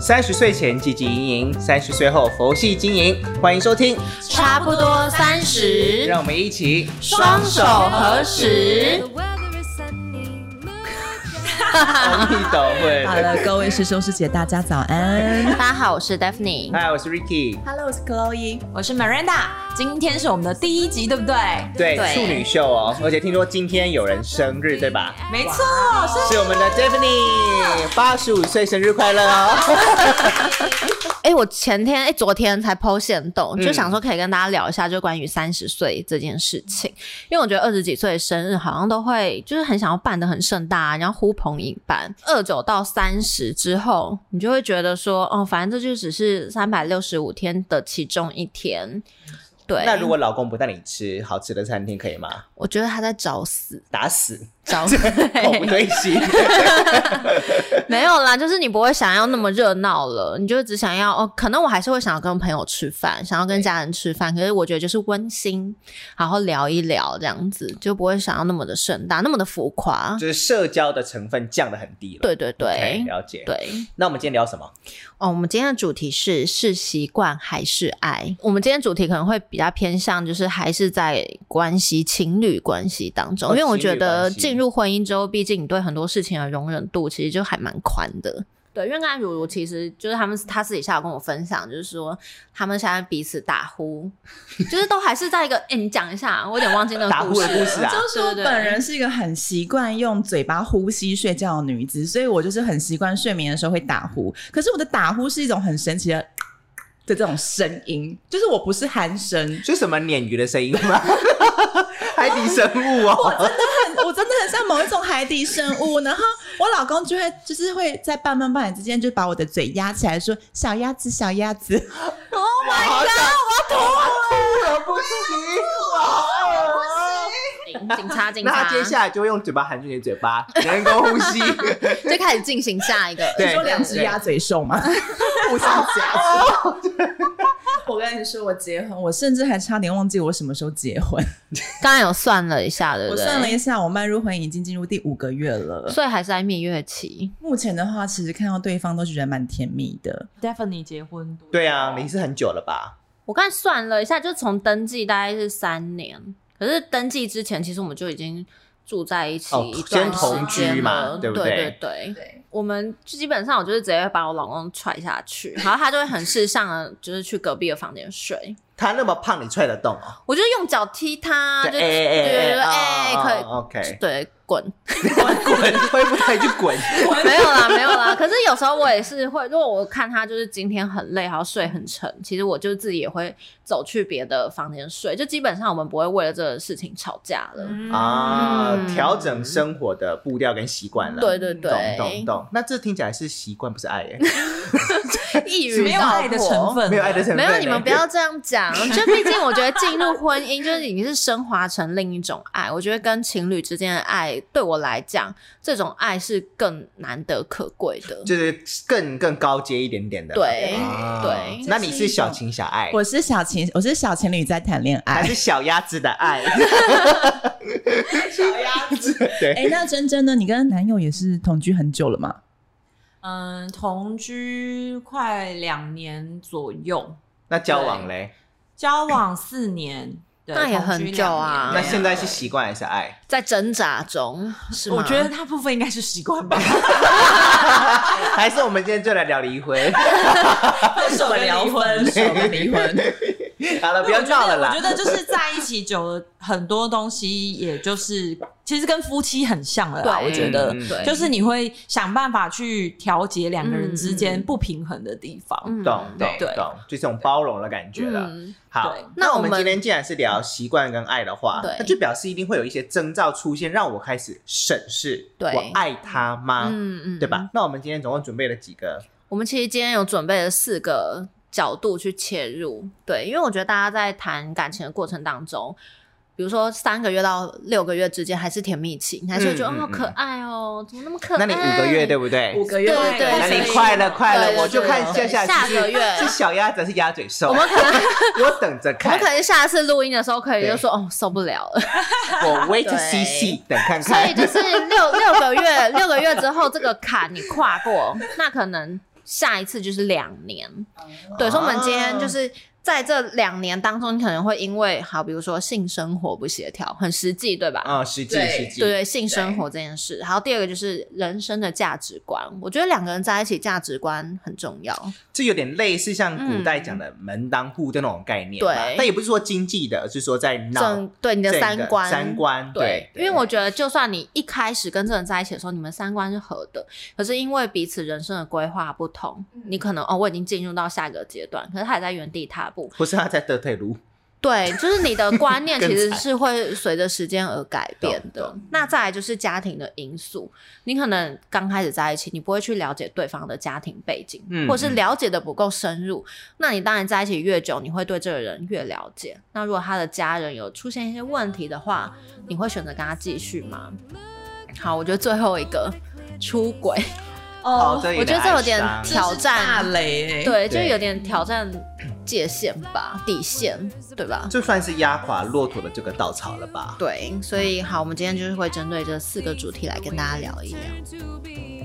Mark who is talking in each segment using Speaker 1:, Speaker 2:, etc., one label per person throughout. Speaker 1: 三十岁前积极营营，三十岁后佛系经营。欢迎收听，
Speaker 2: 差不多三十，
Speaker 1: 让我们一起
Speaker 2: 双手合十
Speaker 3: The。weather is sunny, mood
Speaker 1: 红一斗哦会。
Speaker 4: 好了，呃各位师兄师姐，大家早安。
Speaker 2: 大家好，我是 Daphne，
Speaker 1: 哎嗨，我是 Ricky。
Speaker 4: Hello，我是 Chloe。
Speaker 5: 我是 Miranda，今天是我们的第一集，对不对？
Speaker 1: 对，
Speaker 2: 对
Speaker 1: 处女秀哦，而且听说今天有人生日，对吧？
Speaker 5: 没错，
Speaker 1: 是我们的 Daphne，八十五岁生日快乐哦！
Speaker 2: 哎、我前天哎、昨天才剖线动，
Speaker 1: 嗯
Speaker 2: 就想说可以跟大家聊一下，就关于三十岁这件事情，因为我觉得二十几岁的生日好像都会就是很想要办的很盛大、然后呼朋引伴。二九到三十之后，你就会觉得说，哦，反正这就只是三百六十五天的其中一天。对，
Speaker 1: 那如果老公不带你吃好吃的餐厅，可以吗？
Speaker 2: 我觉得他在找死，
Speaker 1: 打死，
Speaker 2: 找死，
Speaker 1: 口不对 心。
Speaker 2: 没有啦，就是你不会想要那么热闹了，你就只想要哦，可能我还是会想要跟朋友吃饭，想要跟家人吃饭，可是我觉得就是温馨，然后聊一聊这样子，就不会想要那么的盛大，那么的浮夸。
Speaker 1: 就是社交的成分降得很低了。哎
Speaker 2: 对对对
Speaker 1: OK，了解。，
Speaker 2: 对，
Speaker 1: 那我们今天聊什么？
Speaker 2: 哦，我们今天的主题是是习惯还是爱？我们今天主题可能会比较偏向，就是还是在关系情侣关系当中，
Speaker 1: 哦
Speaker 2: 因为我
Speaker 1: 情
Speaker 2: 觉
Speaker 1: 侣关
Speaker 2: 得
Speaker 1: 系
Speaker 2: 进入婚姻之后，毕竟你对很多事情的容忍度其实就还蛮宽的。对，因为刚才如如其实就是他们，他私底下有跟我分享，就是说他们现在彼此打呼， 就是都还是在一个，哎、你讲一下，我有点忘记那
Speaker 1: 打
Speaker 2: 个
Speaker 1: 呼
Speaker 2: 故
Speaker 1: 的
Speaker 2: 事
Speaker 1: 故事啊
Speaker 4: 就，是我
Speaker 2: 对对对
Speaker 4: 本人是一个很习惯用嘴巴呼吸睡觉的女子，所以我就是很习惯睡眠的时候会打呼。可是我的打呼是一种很神奇的的这种声音， 就是我不是鼾声，
Speaker 1: 是什么鲶鱼的声音吗？ 海底生物哦，
Speaker 4: 我真的很像某一种海底生物。然后我老公就会就是会在半梦半醒之间就把我的嘴压起来说：“小鸭子，小鸭 子。”
Speaker 2: Oh
Speaker 1: 好想我吐了，不行，我好饿哦。
Speaker 2: 警察警
Speaker 1: 那
Speaker 2: 察，
Speaker 1: 他接下来就会用嘴巴含住你的嘴 巴，人工呼吸。
Speaker 2: 就开始进行下一个，
Speaker 1: 对
Speaker 4: 你说两只鸭嘴兽吗？
Speaker 1: 互相夹击。
Speaker 4: 我跟你说，我结婚，我甚至还差点忘记我什么时候结婚。
Speaker 2: 刚刚有算了一下，对不
Speaker 4: 我
Speaker 2: 对？
Speaker 4: 算了一下，我迈入婚姻已经进入第五个月了。
Speaker 2: 所以还是在蜜月期。
Speaker 4: 目前的话，其实看到对方都是觉得蛮甜蜜的。
Speaker 5: ，Stephanie 结婚多久
Speaker 1: 对啊，你是很久了吧？
Speaker 2: 我刚才算了一下，就从登记大概是三年，可是登记之前，其实我们就已经住在一起
Speaker 1: 哦
Speaker 2: 一段
Speaker 1: 先
Speaker 2: 时
Speaker 1: 同
Speaker 2: 间
Speaker 1: 居嘛
Speaker 2: 了
Speaker 1: 对
Speaker 2: 对
Speaker 1: 不对
Speaker 2: 对对我们基本上我就是直接把我老公踹下去，然后他就会很事上的，就是去隔壁的房间睡。
Speaker 1: 他那么胖，你踹得动哦？
Speaker 2: 我就用脚踢他，啊就
Speaker 1: 对
Speaker 2: 对对对，
Speaker 1: 哦
Speaker 2: 哎、可以，
Speaker 1: 哦，OK，
Speaker 2: 对，滚，
Speaker 1: 滚，恢复他就 滚。
Speaker 2: 没有啦，没有啦。可是有时候我也是会，如果我看他就是今天很累，然后睡很沉，其实我就自己也会走去别的房间睡。就基本上我们不会为了这个事情吵架了。
Speaker 1: 嗯啊，
Speaker 2: 嗯
Speaker 1: 调整生活的步调跟习惯了。
Speaker 2: 对对对
Speaker 1: 懂懂 懂。那这听起来是习惯，不是爱耶，
Speaker 2: 一
Speaker 5: 没有
Speaker 4: 啊
Speaker 5: 爱的 成。分，
Speaker 1: 没有爱的成分
Speaker 2: 没
Speaker 1: 耶。
Speaker 2: 有，你们不要这样讲。 就毕竟我觉得进入婚姻，就是已经是升华成另一种爱。我觉得跟情侣之间的爱，对我来讲，这种爱是更难得可贵的。
Speaker 1: 就是更更高阶一点点的。
Speaker 2: 对
Speaker 1: 啊
Speaker 2: 对
Speaker 1: 那你是小情小爱，
Speaker 4: 我是小情，我是小情侣在谈恋
Speaker 1: 还
Speaker 4: 爱。
Speaker 1: 是小鸭子的爱？
Speaker 4: 小鸭子。
Speaker 1: 对，
Speaker 4: 哎，那珍珍呢？你跟男友也是同居很久了吗？
Speaker 5: 嗯，同居快两年左右，
Speaker 1: 那交往嘞？
Speaker 5: 交往四年，对
Speaker 2: 那也很
Speaker 5: 同居
Speaker 2: 久啊
Speaker 5: 两
Speaker 1: 那
Speaker 5: 年
Speaker 1: 现在是习惯还是爱？
Speaker 2: 在挣扎中，是吗？
Speaker 5: 我觉得大部分应该是习 惯吧，
Speaker 1: 还是我们今天就来聊离婚？
Speaker 5: 分手跟离婚。
Speaker 4: 手跟离婚。
Speaker 1: 好了，不要闹了
Speaker 5: 我
Speaker 1: 啦。
Speaker 5: 觉得就是在一起久了，很多东西也就是其实跟夫妻很像了啦。
Speaker 2: 对
Speaker 5: 我觉得，
Speaker 1: 嗯
Speaker 2: 对，
Speaker 5: 就是你会想办法去调节两个人
Speaker 2: 嗯
Speaker 5: 之
Speaker 2: 嗯
Speaker 5: 间
Speaker 2: 嗯
Speaker 5: 不平衡的地方。
Speaker 2: 嗯
Speaker 1: 懂懂
Speaker 5: 对
Speaker 1: 懂，就这种包容的感觉了。
Speaker 2: 嗯
Speaker 1: 好
Speaker 5: 对，
Speaker 1: 那
Speaker 2: 那
Speaker 1: 我
Speaker 2: 我
Speaker 1: 们
Speaker 2: 们
Speaker 1: 今天既然是聊习惯跟爱的话
Speaker 2: 对，
Speaker 1: 那就表示一定会有一些征兆出现，让我开始审视，
Speaker 2: 对
Speaker 1: 我爱他吗？
Speaker 2: 嗯嗯，
Speaker 1: 啊对吧？那我们今天总共准备了几个？
Speaker 2: 我们其实今天有准备了四个角度去切入，对，因为我觉得大家在谈感情的过程当中，比如说三个月到六个月之间还是甜蜜期，你还是会觉得、
Speaker 1: 嗯嗯
Speaker 2: 哦
Speaker 1: 嗯
Speaker 2: 可爱哦，怎么那么可
Speaker 1: 那
Speaker 2: 爱？
Speaker 1: 你五个
Speaker 2: 嗯
Speaker 1: 月对不对？
Speaker 4: 五个月
Speaker 2: 对对
Speaker 1: 那
Speaker 2: 所
Speaker 1: 你
Speaker 2: 以
Speaker 1: 快了快
Speaker 2: 对
Speaker 1: 了，
Speaker 2: 对
Speaker 1: 我就
Speaker 2: 对
Speaker 1: 看接
Speaker 2: 对
Speaker 1: 下来
Speaker 2: 下
Speaker 1: 是
Speaker 2: 个月
Speaker 1: 是小鸭子还是鸭嘴兽，
Speaker 2: 我
Speaker 1: 我
Speaker 2: 们可能，
Speaker 1: 等着
Speaker 2: 我
Speaker 1: 看
Speaker 2: 们可，能下次录音的时候，可以
Speaker 1: 对
Speaker 2: 就说哦受不了了，
Speaker 1: 我 wait
Speaker 2: 对
Speaker 1: see see 等看
Speaker 2: 所 以
Speaker 1: 看
Speaker 2: 就。是六六个月，六个月之后这个坎你跨过，那可能下一次就是两年。对，所以我们今天就是在这两年当中，你可能会因为好，比如说性生活不协调，很实际，对吧？
Speaker 1: 啊，实际
Speaker 4: 对
Speaker 1: 实际，
Speaker 2: 对对，性生活这件事，然后第二个就是人生的价值观。我觉得两个人在一起，价值观很重要。
Speaker 1: 这有点类似像古代讲的门当户对那种概念吧，
Speaker 2: 对
Speaker 1: 但也不是说经济的，而是说在脑
Speaker 2: 嗯整对你的
Speaker 1: 这个
Speaker 2: 三观，
Speaker 1: 三观
Speaker 2: 对，
Speaker 1: 对
Speaker 2: 因为我觉得，就算你一开始跟这个人在一起的时候，你们三观是合的，可是因为彼此人生的规划不同，你可能哦，我已经进入到下一个阶段，可是他还在原地踏步。
Speaker 1: 不是他在得退路。
Speaker 2: 对，就是你的观 念
Speaker 1: 更
Speaker 2: 其实
Speaker 1: 惨
Speaker 2: 是会随着时间而改变
Speaker 1: 懂
Speaker 2: 的。那再来就是家庭的因素，你可能刚开始在一起，你不会去了解对方的家庭背景，
Speaker 1: 嗯
Speaker 2: 或是了解的不够深入。那你当然在一起越久，你会对这个人越了解。那如果他的家人有出现一些问题的话，你会选择跟他继续吗？好，我觉得最后一个出轨，
Speaker 1: 哦，这
Speaker 2: 我觉得这有点
Speaker 1: 哀伤
Speaker 2: 挑
Speaker 4: 大
Speaker 2: 战，
Speaker 4: 雷欸、
Speaker 2: 对，就
Speaker 1: 对
Speaker 2: 有点挑战界限吧，底线，对吧？
Speaker 1: 这算是压垮骆驼的这个稻草了吧？
Speaker 2: 对，所以好，我们今天就是会针对这四个主题来跟大家聊一聊。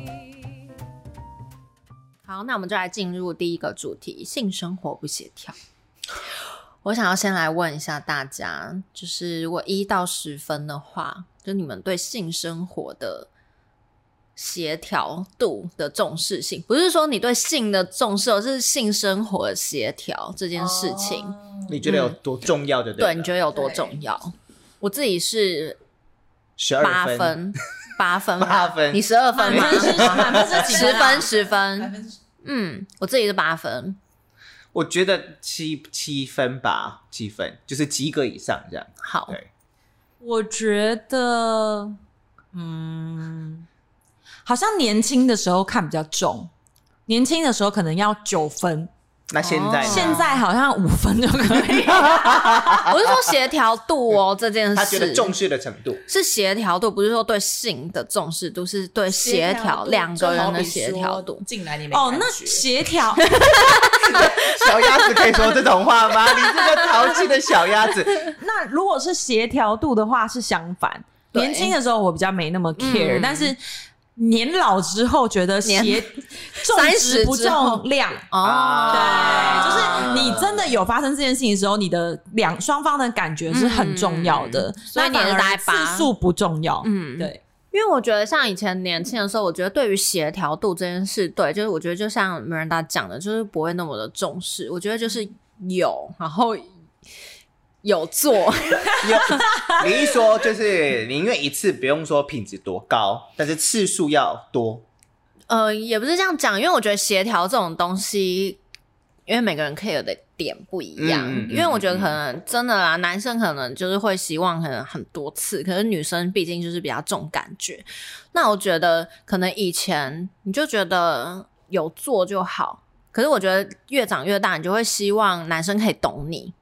Speaker 2: 好，那我们就来进入第一个主题：性生活不协调。我想要先来问一下大家，就是如果一到十分的话，就你们对性生活的协调度的重视性，不是说你对性的重视，而是性生活的协调这件事情。
Speaker 5: 哦
Speaker 1: 你觉得有多重要就
Speaker 2: 对，
Speaker 1: 了
Speaker 2: 你觉得有多
Speaker 4: 对
Speaker 2: 重要？我自己是
Speaker 1: 十
Speaker 2: 八
Speaker 1: 二分，
Speaker 2: 分，八分吧，啊
Speaker 1: 八分
Speaker 2: 你十二分
Speaker 5: 满
Speaker 2: 吗
Speaker 5: 分？是满分是几
Speaker 2: 十
Speaker 5: 啊
Speaker 2: 分，十
Speaker 4: 百
Speaker 2: 分，
Speaker 4: 分之
Speaker 2: 嗯，我自己是八分，
Speaker 1: 我觉得七七分吧，七分就是及格以上这样。
Speaker 2: 好，
Speaker 1: 对，
Speaker 5: 我觉得，嗯，好像年轻的时候看比较重，年轻的时候可能要九分，
Speaker 2: 嗯
Speaker 1: 那现在呢
Speaker 2: 哦
Speaker 5: 现在好像五分就 可以。
Speaker 2: 我是说协调度哦，这件事，
Speaker 1: 他觉得重视的程度，
Speaker 2: 是协调度，不是说对性的重视度，是对协调
Speaker 4: 度
Speaker 2: 两个人的协
Speaker 4: 就
Speaker 2: 调
Speaker 4: 好比
Speaker 2: 度
Speaker 4: 说。进来你没
Speaker 5: 哦，
Speaker 4: 感
Speaker 5: 那
Speaker 4: 觉
Speaker 5: 协调，
Speaker 1: 小鸭子可以说这种话 吗？你这个淘气的小鸭子，
Speaker 5: 那如果是协调度的话是相反，
Speaker 2: 对
Speaker 5: 年轻的时候我比较没那么 care，、
Speaker 2: 嗯
Speaker 5: 但是年老之后觉得协
Speaker 2: 年
Speaker 5: 重质
Speaker 2: 30
Speaker 5: 不
Speaker 2: 之后
Speaker 5: 重量。
Speaker 2: 哦，
Speaker 5: 对，就
Speaker 1: 啊
Speaker 5: 是你真的有发生这件事情的时候，你的两双方的感觉是很重要的，
Speaker 2: 嗯所以
Speaker 5: 那
Speaker 2: 你也是
Speaker 5: 反
Speaker 2: 大
Speaker 5: 而
Speaker 2: 概八
Speaker 5: 次数不重要。
Speaker 2: 嗯，
Speaker 5: 对，
Speaker 2: 因为我觉得像以前年轻的时候，我觉得对于协调度这件事，对，就是我觉得就像 Miranda 讲的，就是不会那么的重视。我觉得就是有，然后有做，
Speaker 1: 你一说就是宁愿一次不用说品质多高，但是次数要多。
Speaker 2: 呃，也不是这样讲，因为我觉得协调这种东西，因为每个人 care 的点不一样。
Speaker 1: 嗯嗯嗯
Speaker 2: 因为我觉得可能真的啦，男生可能就是会希望可能很多次，可是女生毕竟就是比较重感觉。那我觉得可能以前你就觉得有做就好，可是我觉得越长越大，你就会希望男生可以懂你。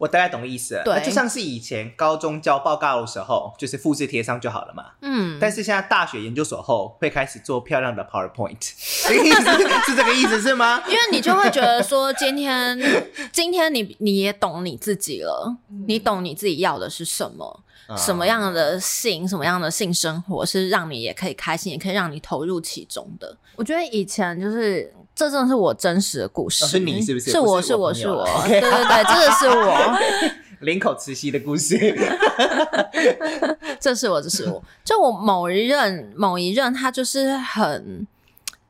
Speaker 1: 我大概懂意思了，
Speaker 2: 对
Speaker 1: 那就像是以前高中交报告的时候，就是复制贴上就好了嘛。
Speaker 2: 嗯，
Speaker 1: 但是现在大学研究所后会开始做漂亮的 PowerPoint，这 个意思 是这个意思是吗？
Speaker 2: 因为你就会觉得说，今天今天你你也懂你自己了，你懂你自己要的是什么，
Speaker 1: 啊
Speaker 2: 什么样的性，什么样的性生活是让你也可以开心，也可以让你投入其中的。我觉得以前就是。这真的是我真实的故事，
Speaker 1: 哦是你是不是
Speaker 2: 是我，
Speaker 1: 不是
Speaker 2: 是
Speaker 1: 我
Speaker 2: 我，
Speaker 1: 朋
Speaker 2: 是
Speaker 1: 友
Speaker 2: 我，
Speaker 1: 啊
Speaker 2: 对对对，真的是我。
Speaker 1: 林口慈禧的故事，
Speaker 2: 这是我，这是我。就我某一任某一任，他就是很，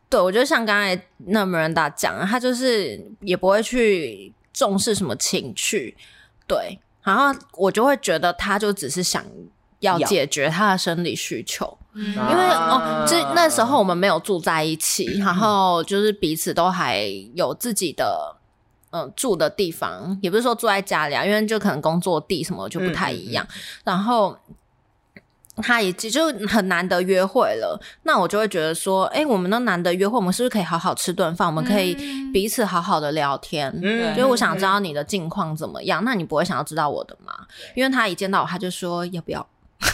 Speaker 2: 对我觉得像刚才那么人达讲啊的，他就是也不会去重视什么情趣，对。然后我就会觉得他就只是想要
Speaker 1: 要
Speaker 2: 解决他的生理需求，
Speaker 5: 嗯
Speaker 2: 因为
Speaker 1: 啊
Speaker 2: 哦，这那时候我们没有住在一起，然后就是彼此都还有自己的。嗯，住的地方也不是说住在家里啊，因为就可能工作地什么就不太一样。然后他也就很难得约会了，那我就会觉得说，哎、我们都难得约会，我们是不是可以好好吃顿饭？我们可以彼此好好的聊天。
Speaker 1: 嗯
Speaker 2: 就是我想知道你的近况怎么样，那你不会想要知道我的吗？因为他一见到我，他就说要不要，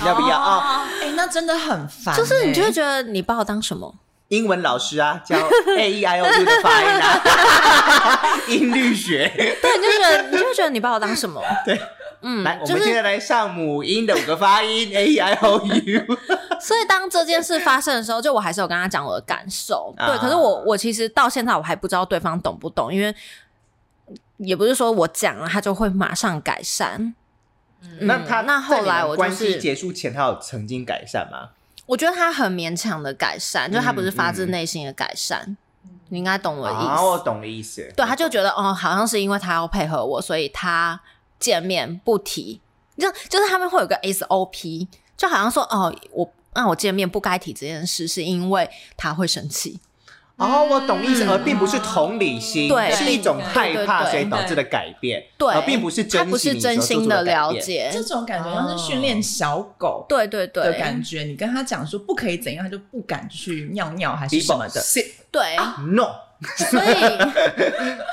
Speaker 1: 要不要啊？
Speaker 5: 哦
Speaker 4: 哎、那真的很烦欸、
Speaker 2: 就是你就会觉得你把我当什么？
Speaker 1: 英文老师啊，教 A E I O U 的发音啊，音律学。
Speaker 2: 对，你就觉得你就觉得你把我当什么？
Speaker 1: 对，
Speaker 2: 嗯
Speaker 1: 来，，我
Speaker 2: 就
Speaker 1: 们现
Speaker 2: 是
Speaker 1: 在来上母音的五个发音 A E I O U。
Speaker 2: 所以当这件事发生的时候，就我还是有跟他讲我的感受，
Speaker 1: 啊
Speaker 2: 对。可是我我其实到现在我还不知道对方懂不懂，因为也不是说我讲了他就会马上改善。嗯
Speaker 1: 那他
Speaker 2: 那后
Speaker 1: 在你们
Speaker 2: 来我就
Speaker 1: 关系
Speaker 2: 是
Speaker 1: 结束前，他有曾经改善吗？
Speaker 2: 我觉得他很勉强的改善，就他不是发自
Speaker 1: 嗯嗯
Speaker 2: 内心的改善，你应该懂我的意思。
Speaker 1: 啊，我懂的意思。
Speaker 2: 对，他就觉得哦，好像是因为他要配合我，所以他见面不提，就就是他们会有个 SOP，就好像说哦，我那我见面不该提这件事，是因为他会生气。
Speaker 1: 哦，我懂意思，
Speaker 5: 嗯
Speaker 1: 而并不是同理心，
Speaker 2: 对
Speaker 1: 是一种害怕
Speaker 2: 对对对
Speaker 1: 所以导致的改变，
Speaker 2: 对
Speaker 1: 而并不是真
Speaker 2: 他
Speaker 1: 心，
Speaker 2: 不是真心的了。解，
Speaker 4: 这种感觉像是训练小狗
Speaker 2: 对对
Speaker 4: 的
Speaker 2: 对，
Speaker 4: 感觉，你跟他讲说不可以怎样，他就不敢去尿尿还是
Speaker 1: 你
Speaker 4: 什么的。
Speaker 1: 是
Speaker 2: 对，
Speaker 1: no，
Speaker 2: 所以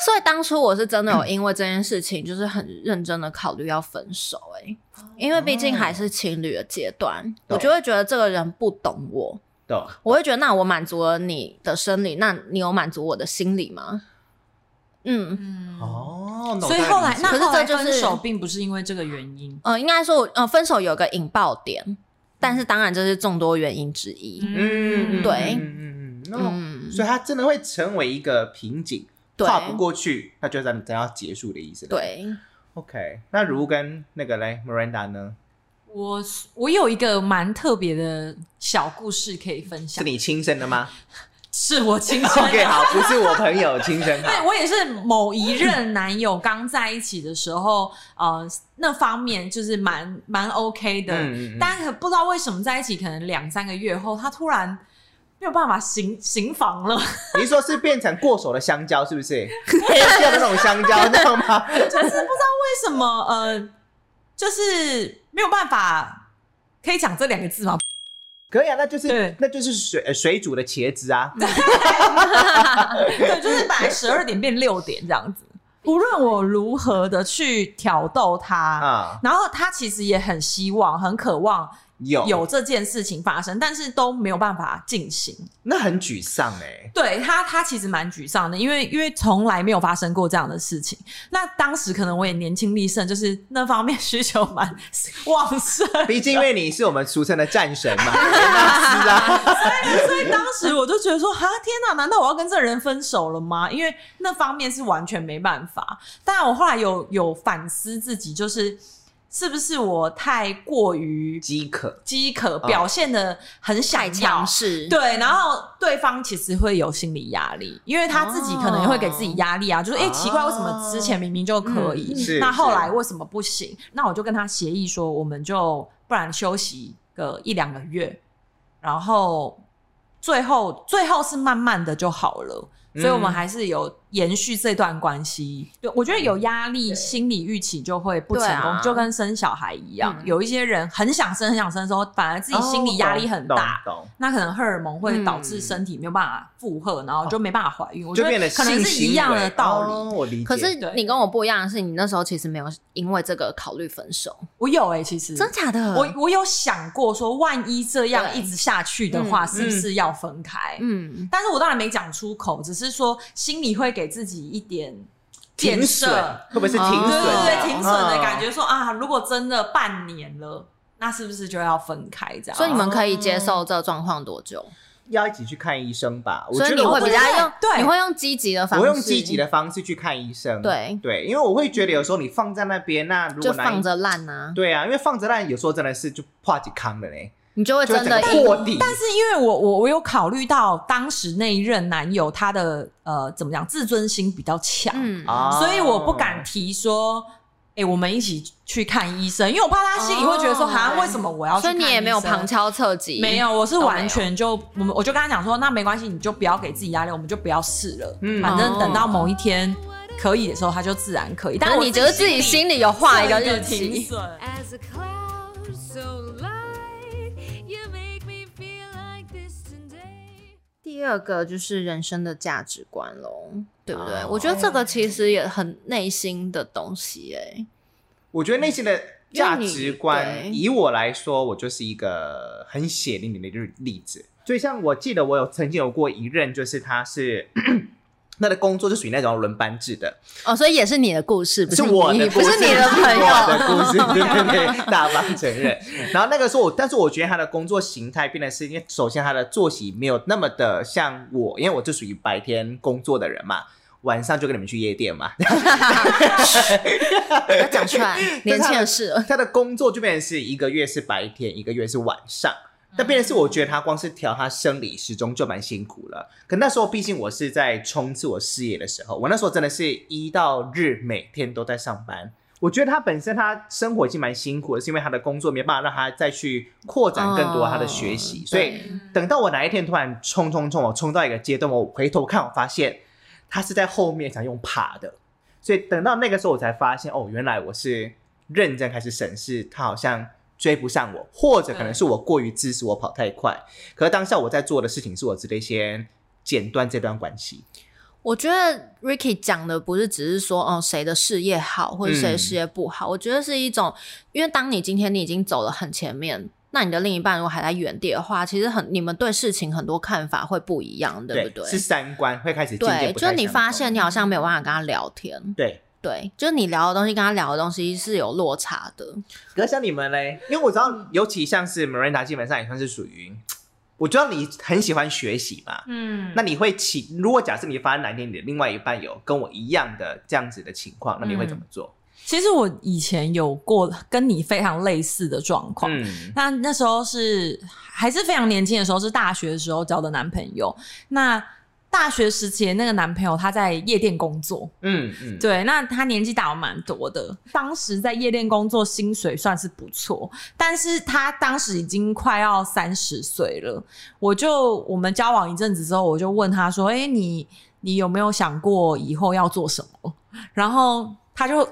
Speaker 2: 所以当初我是真的有因为这件事情，就是很认真的考虑要分手、欸，因为毕竟还是情侣的阶段，
Speaker 4: 哦
Speaker 2: 我就会觉得这个人不懂我，
Speaker 1: 懂
Speaker 2: 我会觉得，那我满足了你的生理，那你有满足我的心理吗？嗯
Speaker 5: 嗯，
Speaker 1: 哦。那我
Speaker 5: 所以
Speaker 1: 大概
Speaker 5: 后来
Speaker 1: 理解
Speaker 5: 那
Speaker 2: 可是
Speaker 5: 后来
Speaker 2: 这就是
Speaker 5: 分手并不是因为这个原因，
Speaker 2: 呃，应该说我，呃，分手有个引爆点，但是当然这是众多原因之一。
Speaker 1: 嗯，
Speaker 2: 对
Speaker 1: 嗯嗯嗯嗯
Speaker 2: 嗯
Speaker 1: 嗯，所以他真的会成为一个瓶颈，
Speaker 2: 对
Speaker 1: 跨不过去，那就咱咱要结束的意思。
Speaker 2: 对，
Speaker 1: ，OK。那如跟那个嘞 Miranda 呢？
Speaker 5: 我我有一个蛮特别的小故事可以分
Speaker 1: 是
Speaker 5: 享，
Speaker 1: 你亲生的 吗
Speaker 5: 是我亲身
Speaker 1: ？OK，好，不是我朋友亲生
Speaker 5: 对
Speaker 1: 好。
Speaker 5: 我也是某一任男友刚在一起的时候，呃，那方面就是蛮蛮 OK 的，
Speaker 1: 嗯嗯嗯
Speaker 5: 但可不知道为什么在一起，可能两三个月后，他突然没有办法行行房 了，
Speaker 1: 你是说是变成过手的香蕉是不 是？黑色的那种香蕉，知道吗？
Speaker 5: 就是不知道为什么，呃，就是没有办法，可以讲这两个字 吗？
Speaker 1: 可以啊，那就是
Speaker 5: 对
Speaker 1: 那就是水呃水煮的茄子啊，
Speaker 5: 对，就是本来十二点变六点这样子。无论我如何的去挑逗他，
Speaker 1: 啊
Speaker 5: 然后他其实也很希望、很渴望
Speaker 1: 有
Speaker 5: 有这件事情发生，但是都没有办法进行。
Speaker 1: 那很沮丧哎，
Speaker 5: 对他，他其实蛮沮丧的，因为因为从来没有发生过这样的事情。那当时可能我也年轻力盛，就是那方面 需求蛮旺盛，
Speaker 1: 毕竟因为你是我们俗称的战神 嘛，那是啊，
Speaker 5: 所以当时我就觉得说，哈，天哪，难道我要跟这人分手了吗？因为那方面是完全没办法。但我后来有有反思自己，就是是不是我太过于
Speaker 1: 饥渴
Speaker 5: 饥渴，表现的很想
Speaker 2: 太
Speaker 5: 要
Speaker 2: 强势，
Speaker 5: 对，然后对方其实会有心理压力，因为他自己可能也会给自己压力啊，就是哎、诶奇怪，为什么之前明明就可以，
Speaker 1: 嗯是
Speaker 5: 那
Speaker 1: 是
Speaker 5: 后来为什么不行？那我就跟他协议说，我们就不然休息个一两个月，然后最后最后是慢慢的就好了。所以，我们
Speaker 1: 嗯
Speaker 5: 还是有延续这段关系。对，我觉得有压力，心理预期就会不成功，
Speaker 2: 对啊
Speaker 5: 就跟生小孩一样。
Speaker 2: 嗯
Speaker 5: 有一些人很想生，很想生的时候，反而自己心理压力很大，
Speaker 1: 哦懂懂
Speaker 5: 那可能荷尔蒙会导致身体没有办法负荷，然后就没办法怀孕。
Speaker 1: 懂
Speaker 5: 我觉
Speaker 1: 就
Speaker 5: 得
Speaker 1: 变得
Speaker 5: 可能
Speaker 1: 性
Speaker 5: 是
Speaker 1: 行
Speaker 5: 一样
Speaker 1: 为
Speaker 5: 的道理。
Speaker 1: 哦我理解。
Speaker 2: 可是
Speaker 5: 对
Speaker 2: 你跟我不一样的是，你那时候其实没有因为这个考虑分手，
Speaker 5: 我有哎、其实
Speaker 2: 真假的？
Speaker 5: 我我有想过说，万一这样
Speaker 2: 对
Speaker 5: 一直下去的话，
Speaker 2: 嗯
Speaker 5: 是不是要分开？
Speaker 2: 嗯，
Speaker 5: 但是我当然没讲出口，只是说心里会给自己一点建
Speaker 1: 停损
Speaker 5: 设，
Speaker 1: 会不会是停
Speaker 5: 对
Speaker 1: 损？啊
Speaker 5: 对对，
Speaker 2: 哦
Speaker 5: 停损的感觉说啊，如果真的半年了，那是不是就要分开这样？
Speaker 2: 所以你们可以接受这个状况多久？
Speaker 1: 要一起去看医生吧。我
Speaker 2: 所以
Speaker 1: 觉
Speaker 2: 你
Speaker 1: 得我
Speaker 2: 会比较用，
Speaker 5: 对
Speaker 2: 你会用积极的方式，
Speaker 1: 我用积极的方式去看医生。
Speaker 2: 对
Speaker 1: 对，因为我会觉得有时候你放在那边，那如
Speaker 2: 就
Speaker 1: 果哪一
Speaker 2: 放着烂啊，
Speaker 1: 对啊，因为放着烂，有时候真的是就破几康的嘞，
Speaker 2: 你就会
Speaker 1: 就会
Speaker 2: 真的
Speaker 1: 整
Speaker 2: 因
Speaker 1: 个破底。
Speaker 5: 但是因为我我我有考虑到当时那一任男友他的呃怎么讲自尊心比较强，
Speaker 2: 嗯
Speaker 1: 啊
Speaker 5: 所以我不敢提
Speaker 2: 哦
Speaker 5: 说。哎、我们一起去看医生，因为我怕他心里会觉得说，
Speaker 2: 哦
Speaker 5: 哈、为什么我要去
Speaker 2: 所
Speaker 5: 看
Speaker 2: 以
Speaker 5: 医生？
Speaker 2: 你也没有旁敲侧击，
Speaker 5: 没有，我是
Speaker 2: 都
Speaker 5: 完全就我们我就跟他讲说，那没关系，你就不要给自己压力，我们就不要试了，
Speaker 1: 嗯
Speaker 5: 反正
Speaker 2: 哦
Speaker 5: 等到某一天可以的时候，他就自然可以。但
Speaker 2: 那嗯
Speaker 5: 是
Speaker 2: 你觉得自己心里有画一个日
Speaker 5: 停
Speaker 2: 期？
Speaker 5: 损。
Speaker 3: As a cloud so light, you make me feel like this today.
Speaker 2: 第二个就是人生的价值观喽，对不对？
Speaker 1: 哦
Speaker 2: 我觉得这个其实也很内心的东西、哎，
Speaker 1: 我觉得内心的价值
Speaker 2: 因为
Speaker 1: 观，
Speaker 2: 你对
Speaker 1: 以我来说，我就是一个很血淋淋的例例子。所以像我记得我有曾经有过一任，就是他是 他的工作是属于那种轮班制的，
Speaker 2: 哦，所以也是你的故事，不
Speaker 1: 是
Speaker 2: 你
Speaker 1: 我的故
Speaker 2: 不
Speaker 1: 事，
Speaker 2: 是你的朋
Speaker 1: 我的
Speaker 2: 友。
Speaker 1: 故事， 对对对，大方承认。然后那个时候我，但是我觉得他的工作形态变得是，因为首先他的作息没有那么的像我，因为我就属于白天工作的人嘛，晚上就跟你们去夜店 嘛，
Speaker 2: 不要讲出 来，年轻人是了
Speaker 1: 他的工作就变成是一个月是白天，一个月是晚上。
Speaker 2: 嗯
Speaker 1: 但变成是，我觉得他光是调他生理时钟就蛮辛苦了。可那时候，毕竟我是在冲刺我事业的时候，我那时候真的是一到日每天都在上班。我觉得他本身他生活已经蛮辛苦的，是因为他的工作没办法让他再去扩展更多他的学习，
Speaker 2: 哦
Speaker 1: 所以
Speaker 2: 对
Speaker 1: 等到我哪一天突然冲冲冲，我冲到一个阶段，我回头看，我发现他是在后面想用爬的，所以等到那个时候我才发现，哦，原来我是认真开始审视，他好像追不上我，或者可能是我过于自私，我跑太快。
Speaker 2: 嗯
Speaker 1: 可是当下我在做的事情是我直接先剪断这段关系，
Speaker 2: 我觉得 Ricky 讲的不是只是说哦谁的事业好或者谁的事业不好，我觉得是一种，因为当你今天你已经走了很前面，那你的另一半如果还在原地的话，其实很你们对事情很多看法会不一样，对不对？
Speaker 1: 是三观会开始渐渐
Speaker 2: 对，
Speaker 1: 不
Speaker 2: 就
Speaker 1: 太
Speaker 2: 是你
Speaker 1: 相
Speaker 2: 发
Speaker 1: 同
Speaker 2: 现你好像没有办法跟他聊天，
Speaker 1: 对。
Speaker 2: 对，就是你聊的东西跟他聊的东西是有落差的。
Speaker 1: 可是像你们嘞，因为我知道，尤其像是 Miranda，基本上也算是属于，我知道你很喜欢学习嘛，
Speaker 5: 嗯
Speaker 1: 那你会起，如果假设你发现哪一天你的另外一半有跟我一样的这样子的情况，那你会怎么做？
Speaker 5: 其实我以前有过跟你非常类似的状况，
Speaker 1: 嗯，
Speaker 5: 那那时候是还是非常年轻的时候，是大学的时候交的男朋友。那大学时期的那个男朋友他在夜店工作，
Speaker 1: 嗯嗯，
Speaker 5: 对，那他年纪大我蛮多的，当时在夜店工作，薪水算是不错，但是他当时已经快要三十岁了。我就我们交往一阵子之后，我就问他说：“哎、你你有没有想过以后要做什么？”然后他就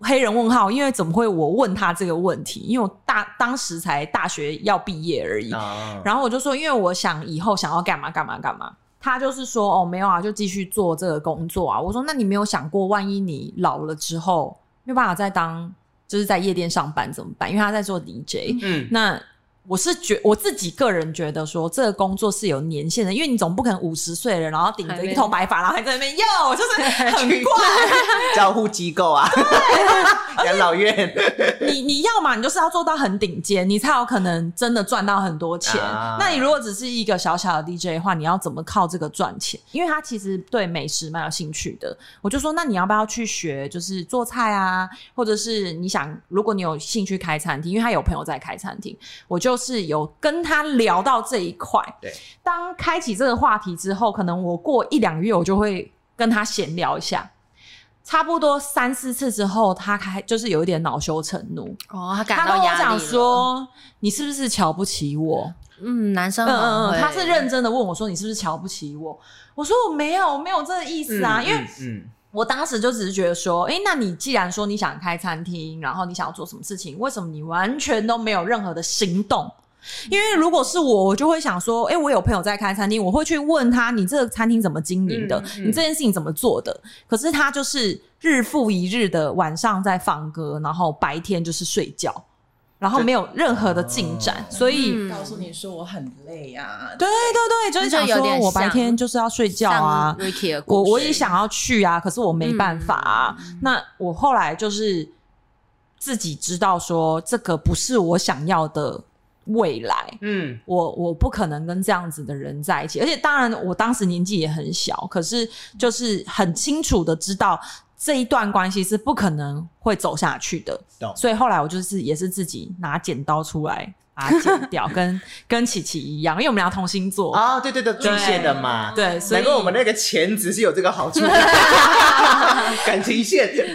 Speaker 5: 黑人问号，因为怎么会我问他这个问题？因为我大当时才大学要毕业而已，
Speaker 1: 啊，
Speaker 5: 然后我就说，因为我想以后想要干嘛干嘛干嘛。他就是说，哦，没有啊，就继续做这个工作啊。我说，那你没有想过，万一你老了之后没有办法再当，就是在夜店上班怎么办？因为他在做 DJ。
Speaker 1: 嗯，
Speaker 5: 那我是觉我自己个人觉得说，这个工作是有年限的，因为你总不可能五十岁了，然后顶着一头白发，然后还在那边哟，就是很怪。
Speaker 1: 照护机构啊，养老院，
Speaker 5: 你你要嘛，你就是要做到很顶尖，你才有可能真的赚到很多钱。
Speaker 1: 啊
Speaker 5: 那你如果只是一个小小的 DJ 的话，你要怎么靠这个赚钱？因为他其实对美食蛮有兴趣的，我就说，那你要不要去学，就是做菜啊，或者是你想，如果你有兴趣开餐厅，因为他有朋友在开餐厅，我就是有跟他聊到这一块。
Speaker 1: 对，
Speaker 5: 当开启这个话题之后，可能我过一两个月，我就会跟他闲聊一下。差不多三四次之后，他开就是有一点恼羞成怒，
Speaker 2: 哦，他
Speaker 5: 他
Speaker 2: 感
Speaker 5: 跟
Speaker 2: 到
Speaker 5: 我
Speaker 2: 压力
Speaker 5: 讲
Speaker 2: 了，
Speaker 5: 说：“你是不是瞧不起我？”
Speaker 2: 嗯，男生
Speaker 5: 嗯
Speaker 2: 很
Speaker 5: 嗯嗯，
Speaker 2: 会
Speaker 5: 他是认真的问我说：“你是不是瞧不起我？”我说：“我没有，我没有这个意思啊，
Speaker 1: 嗯
Speaker 5: 因为
Speaker 1: 嗯
Speaker 5: 我当时就只是觉得说，诶，那你既然说你想开餐厅，然后你想要做什么事情，为什么你完全都没有任何的行动？因为如果是我，我就会想说，诶，我有朋友在开餐厅，我会去问他，你这个餐厅怎么经营的，
Speaker 1: 嗯嗯
Speaker 5: 你这件事情怎么做的？可是他就是日复一日的晚上在放歌，然后白天就是睡觉，然后没有任何的进展，
Speaker 1: 这
Speaker 5: 所以。
Speaker 2: 嗯
Speaker 4: 告诉你说我很累呀、啊，
Speaker 5: 对对对，就是想
Speaker 2: 那就有
Speaker 5: 说
Speaker 2: 点
Speaker 5: 我白
Speaker 2: 像
Speaker 5: 天就是要睡觉啊，
Speaker 2: 像 Ricky 的故
Speaker 5: 我
Speaker 2: 事
Speaker 5: 我也想要去啊，可是我没办法、
Speaker 1: 嗯
Speaker 5: 啊。那我后来就是自己知道说，这个不是我想要的未来。
Speaker 1: 嗯
Speaker 5: 我我不可能跟这样子的人在一起，而且当然我当时年纪也很小，可是就是很清楚的知道这一段关系是不可能会走下去的
Speaker 1: 懂，
Speaker 5: 所以后来我就是也是自己拿剪刀出来把它剪掉， 跟跟琪琪一样，因为我们俩同星座，
Speaker 1: 嗯，啊，对对对，巨蟹的嘛，
Speaker 5: 对，所以
Speaker 1: 难怪我们那个钳子是有这个好处，感情线，
Speaker 2: 剪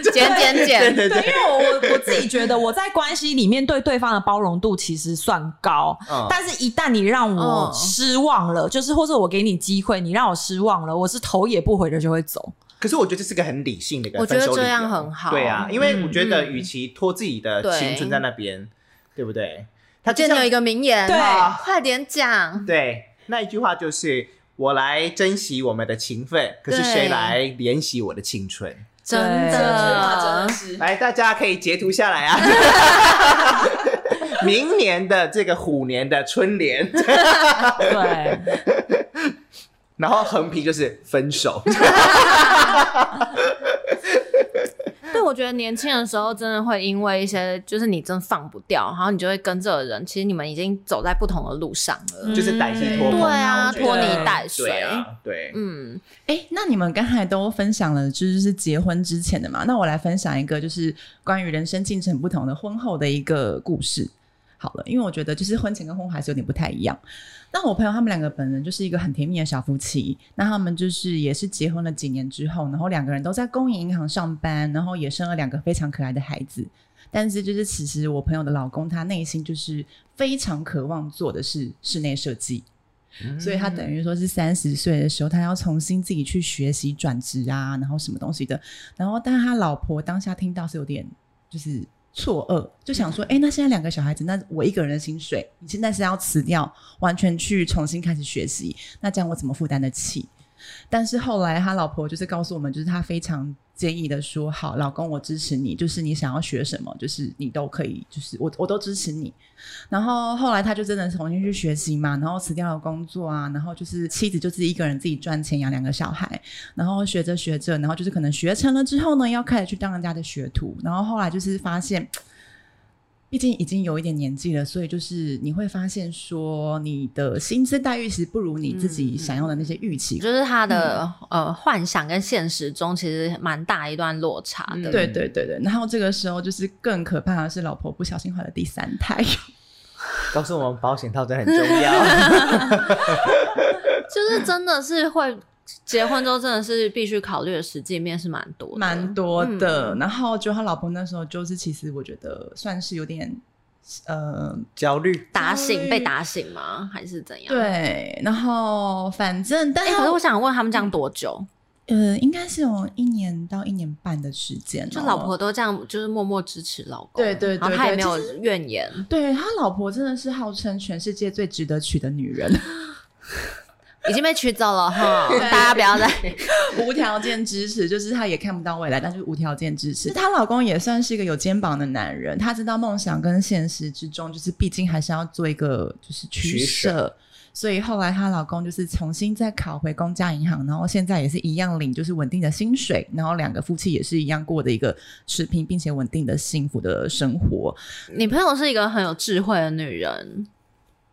Speaker 2: 剪
Speaker 1: 对
Speaker 2: 剪，
Speaker 1: 对
Speaker 5: 对，
Speaker 1: 对，
Speaker 5: 因为我我我自己觉得我在关系里面对对方的包容度其实算高，
Speaker 1: 嗯
Speaker 5: 但是一旦你让我
Speaker 2: 嗯
Speaker 5: 失望了，就是或者我给你机会，你让我失望了，我是头也不回的就会走。
Speaker 1: 可是我觉得这是个很理性的一个
Speaker 2: 我觉
Speaker 1: 分
Speaker 2: 得
Speaker 1: 手理由，
Speaker 2: 这样很好
Speaker 1: 对啊，因为
Speaker 5: 嗯
Speaker 1: 我觉得与其拖自己的
Speaker 2: 对
Speaker 1: 青春在那边，对不对？他就
Speaker 2: 见
Speaker 1: 像
Speaker 2: 有一个名言，哦
Speaker 5: 对
Speaker 2: 快点讲，
Speaker 1: 对，那一句话就是“我来珍惜我们的情分，可是
Speaker 2: 对
Speaker 1: 谁来怜惜我的青春
Speaker 2: 真
Speaker 5: 对这句
Speaker 4: 啊，真
Speaker 2: 的
Speaker 4: 的。是”。。
Speaker 1: 来，大家可以截图下来啊。 明年的这个虎年的春联，
Speaker 5: 对，
Speaker 1: 然后横批就是分手。
Speaker 2: 对，我觉得年轻的时候真的会因为一些，就是你真放不掉，然后你就会跟这个人，其实你们已经走在不同的路上了。
Speaker 5: 嗯
Speaker 1: 就是歹戏拖
Speaker 2: 对
Speaker 1: 棚
Speaker 2: 啊，
Speaker 1: 啊，
Speaker 2: 拖
Speaker 1: 我觉得
Speaker 2: 泥带水。
Speaker 1: 对啊，对，
Speaker 2: 嗯，
Speaker 4: 哎、那你们刚才都分享了，就是是结婚之前的嘛。那我来分享一个，就是关于人生进程不同的婚后的一个故事。好了，因为我觉得就是婚前跟婚后还是有点不太一样。那我朋友他们两个本人就是一个很甜蜜的小夫妻，那他们就是也是结婚了几年之后，然后两个人都在公营银行上班，然后也生了两个非常可爱的孩子。但是就是其实我朋友的老公他内心就是非常渴望做的是室内设计，所以他等于说是三十岁的时候，他要重新自己去学习转职啊，然后什么东西的。然后，但他老婆当下听到是有点就是错愕，就想说：“哎、那现在两个小孩子，那我一个人的薪水，你现在是要辞掉，完全去重新开始学习，那这样我怎么负担得起？”但是后来他老婆就是告诉我们，就是他非常坚毅的说：“好，老公，我支持你，就是你想要学什么，就是你都可以，就是我我都支持你。”然后后来他就真的重新去学习嘛，然后辞掉了工作啊，然后就是妻子就是一个人自己赚钱养两个小孩，然后学着学着，然后就是可能学成了之后呢，要开始去当人家的学徒，然后后来就是发现。毕竟已经有一点年纪了，所以就是你会发现说，你的薪资待遇其实不如你自己想要的那些预期，
Speaker 2: 就是他的、
Speaker 4: 嗯
Speaker 2: 呃幻想跟现实中其实蛮大一段落差
Speaker 1: 嗯
Speaker 2: 的。
Speaker 4: 对对对对，然后这个时候就是更可怕的是，老婆不小心怀了第三 胎。
Speaker 1: 告诉我们保险套真的很重 要。
Speaker 2: 就是真的是会结婚之后，真的是必须考虑的实际面是蛮多的，嗯
Speaker 4: 蛮多的。然后就他老婆那时候就是，其实我觉得算是有点，呃，
Speaker 1: 焦虑，
Speaker 2: 打
Speaker 4: 焦
Speaker 2: 醒
Speaker 4: 虑
Speaker 2: 被打醒吗？还是怎样？哎。
Speaker 4: 对。然后反正，但
Speaker 2: 可是
Speaker 4: 他、
Speaker 2: 我想问他们这样多久？
Speaker 4: 呃，应该是有一年到一年半的时间、
Speaker 2: 就老婆。都这样，就是默默支持老公，
Speaker 4: 哦对对对
Speaker 2: 然后他也
Speaker 4: 对
Speaker 2: 没有
Speaker 4: 其
Speaker 2: 怨言，
Speaker 4: 对他老婆真的是号称全世界最值得娶的女人，
Speaker 2: 已经被娶走了哈，大家不要再
Speaker 4: 无条件支持，就是她也看不到未来，但就是无条件支持。她老公也算是一个有肩膀的男人，他知道梦想跟现实之中，就是毕竟还是要做一个就是取
Speaker 1: 取
Speaker 4: 舍
Speaker 1: 舍。
Speaker 4: 所以后来她老公就是重新再考回公家银行，然后现在也是一样领就是稳定的薪水，然后两个夫妻也是一样过的一个持平并且稳定的幸福的生活。
Speaker 2: 你朋友是一个很有智慧的女人，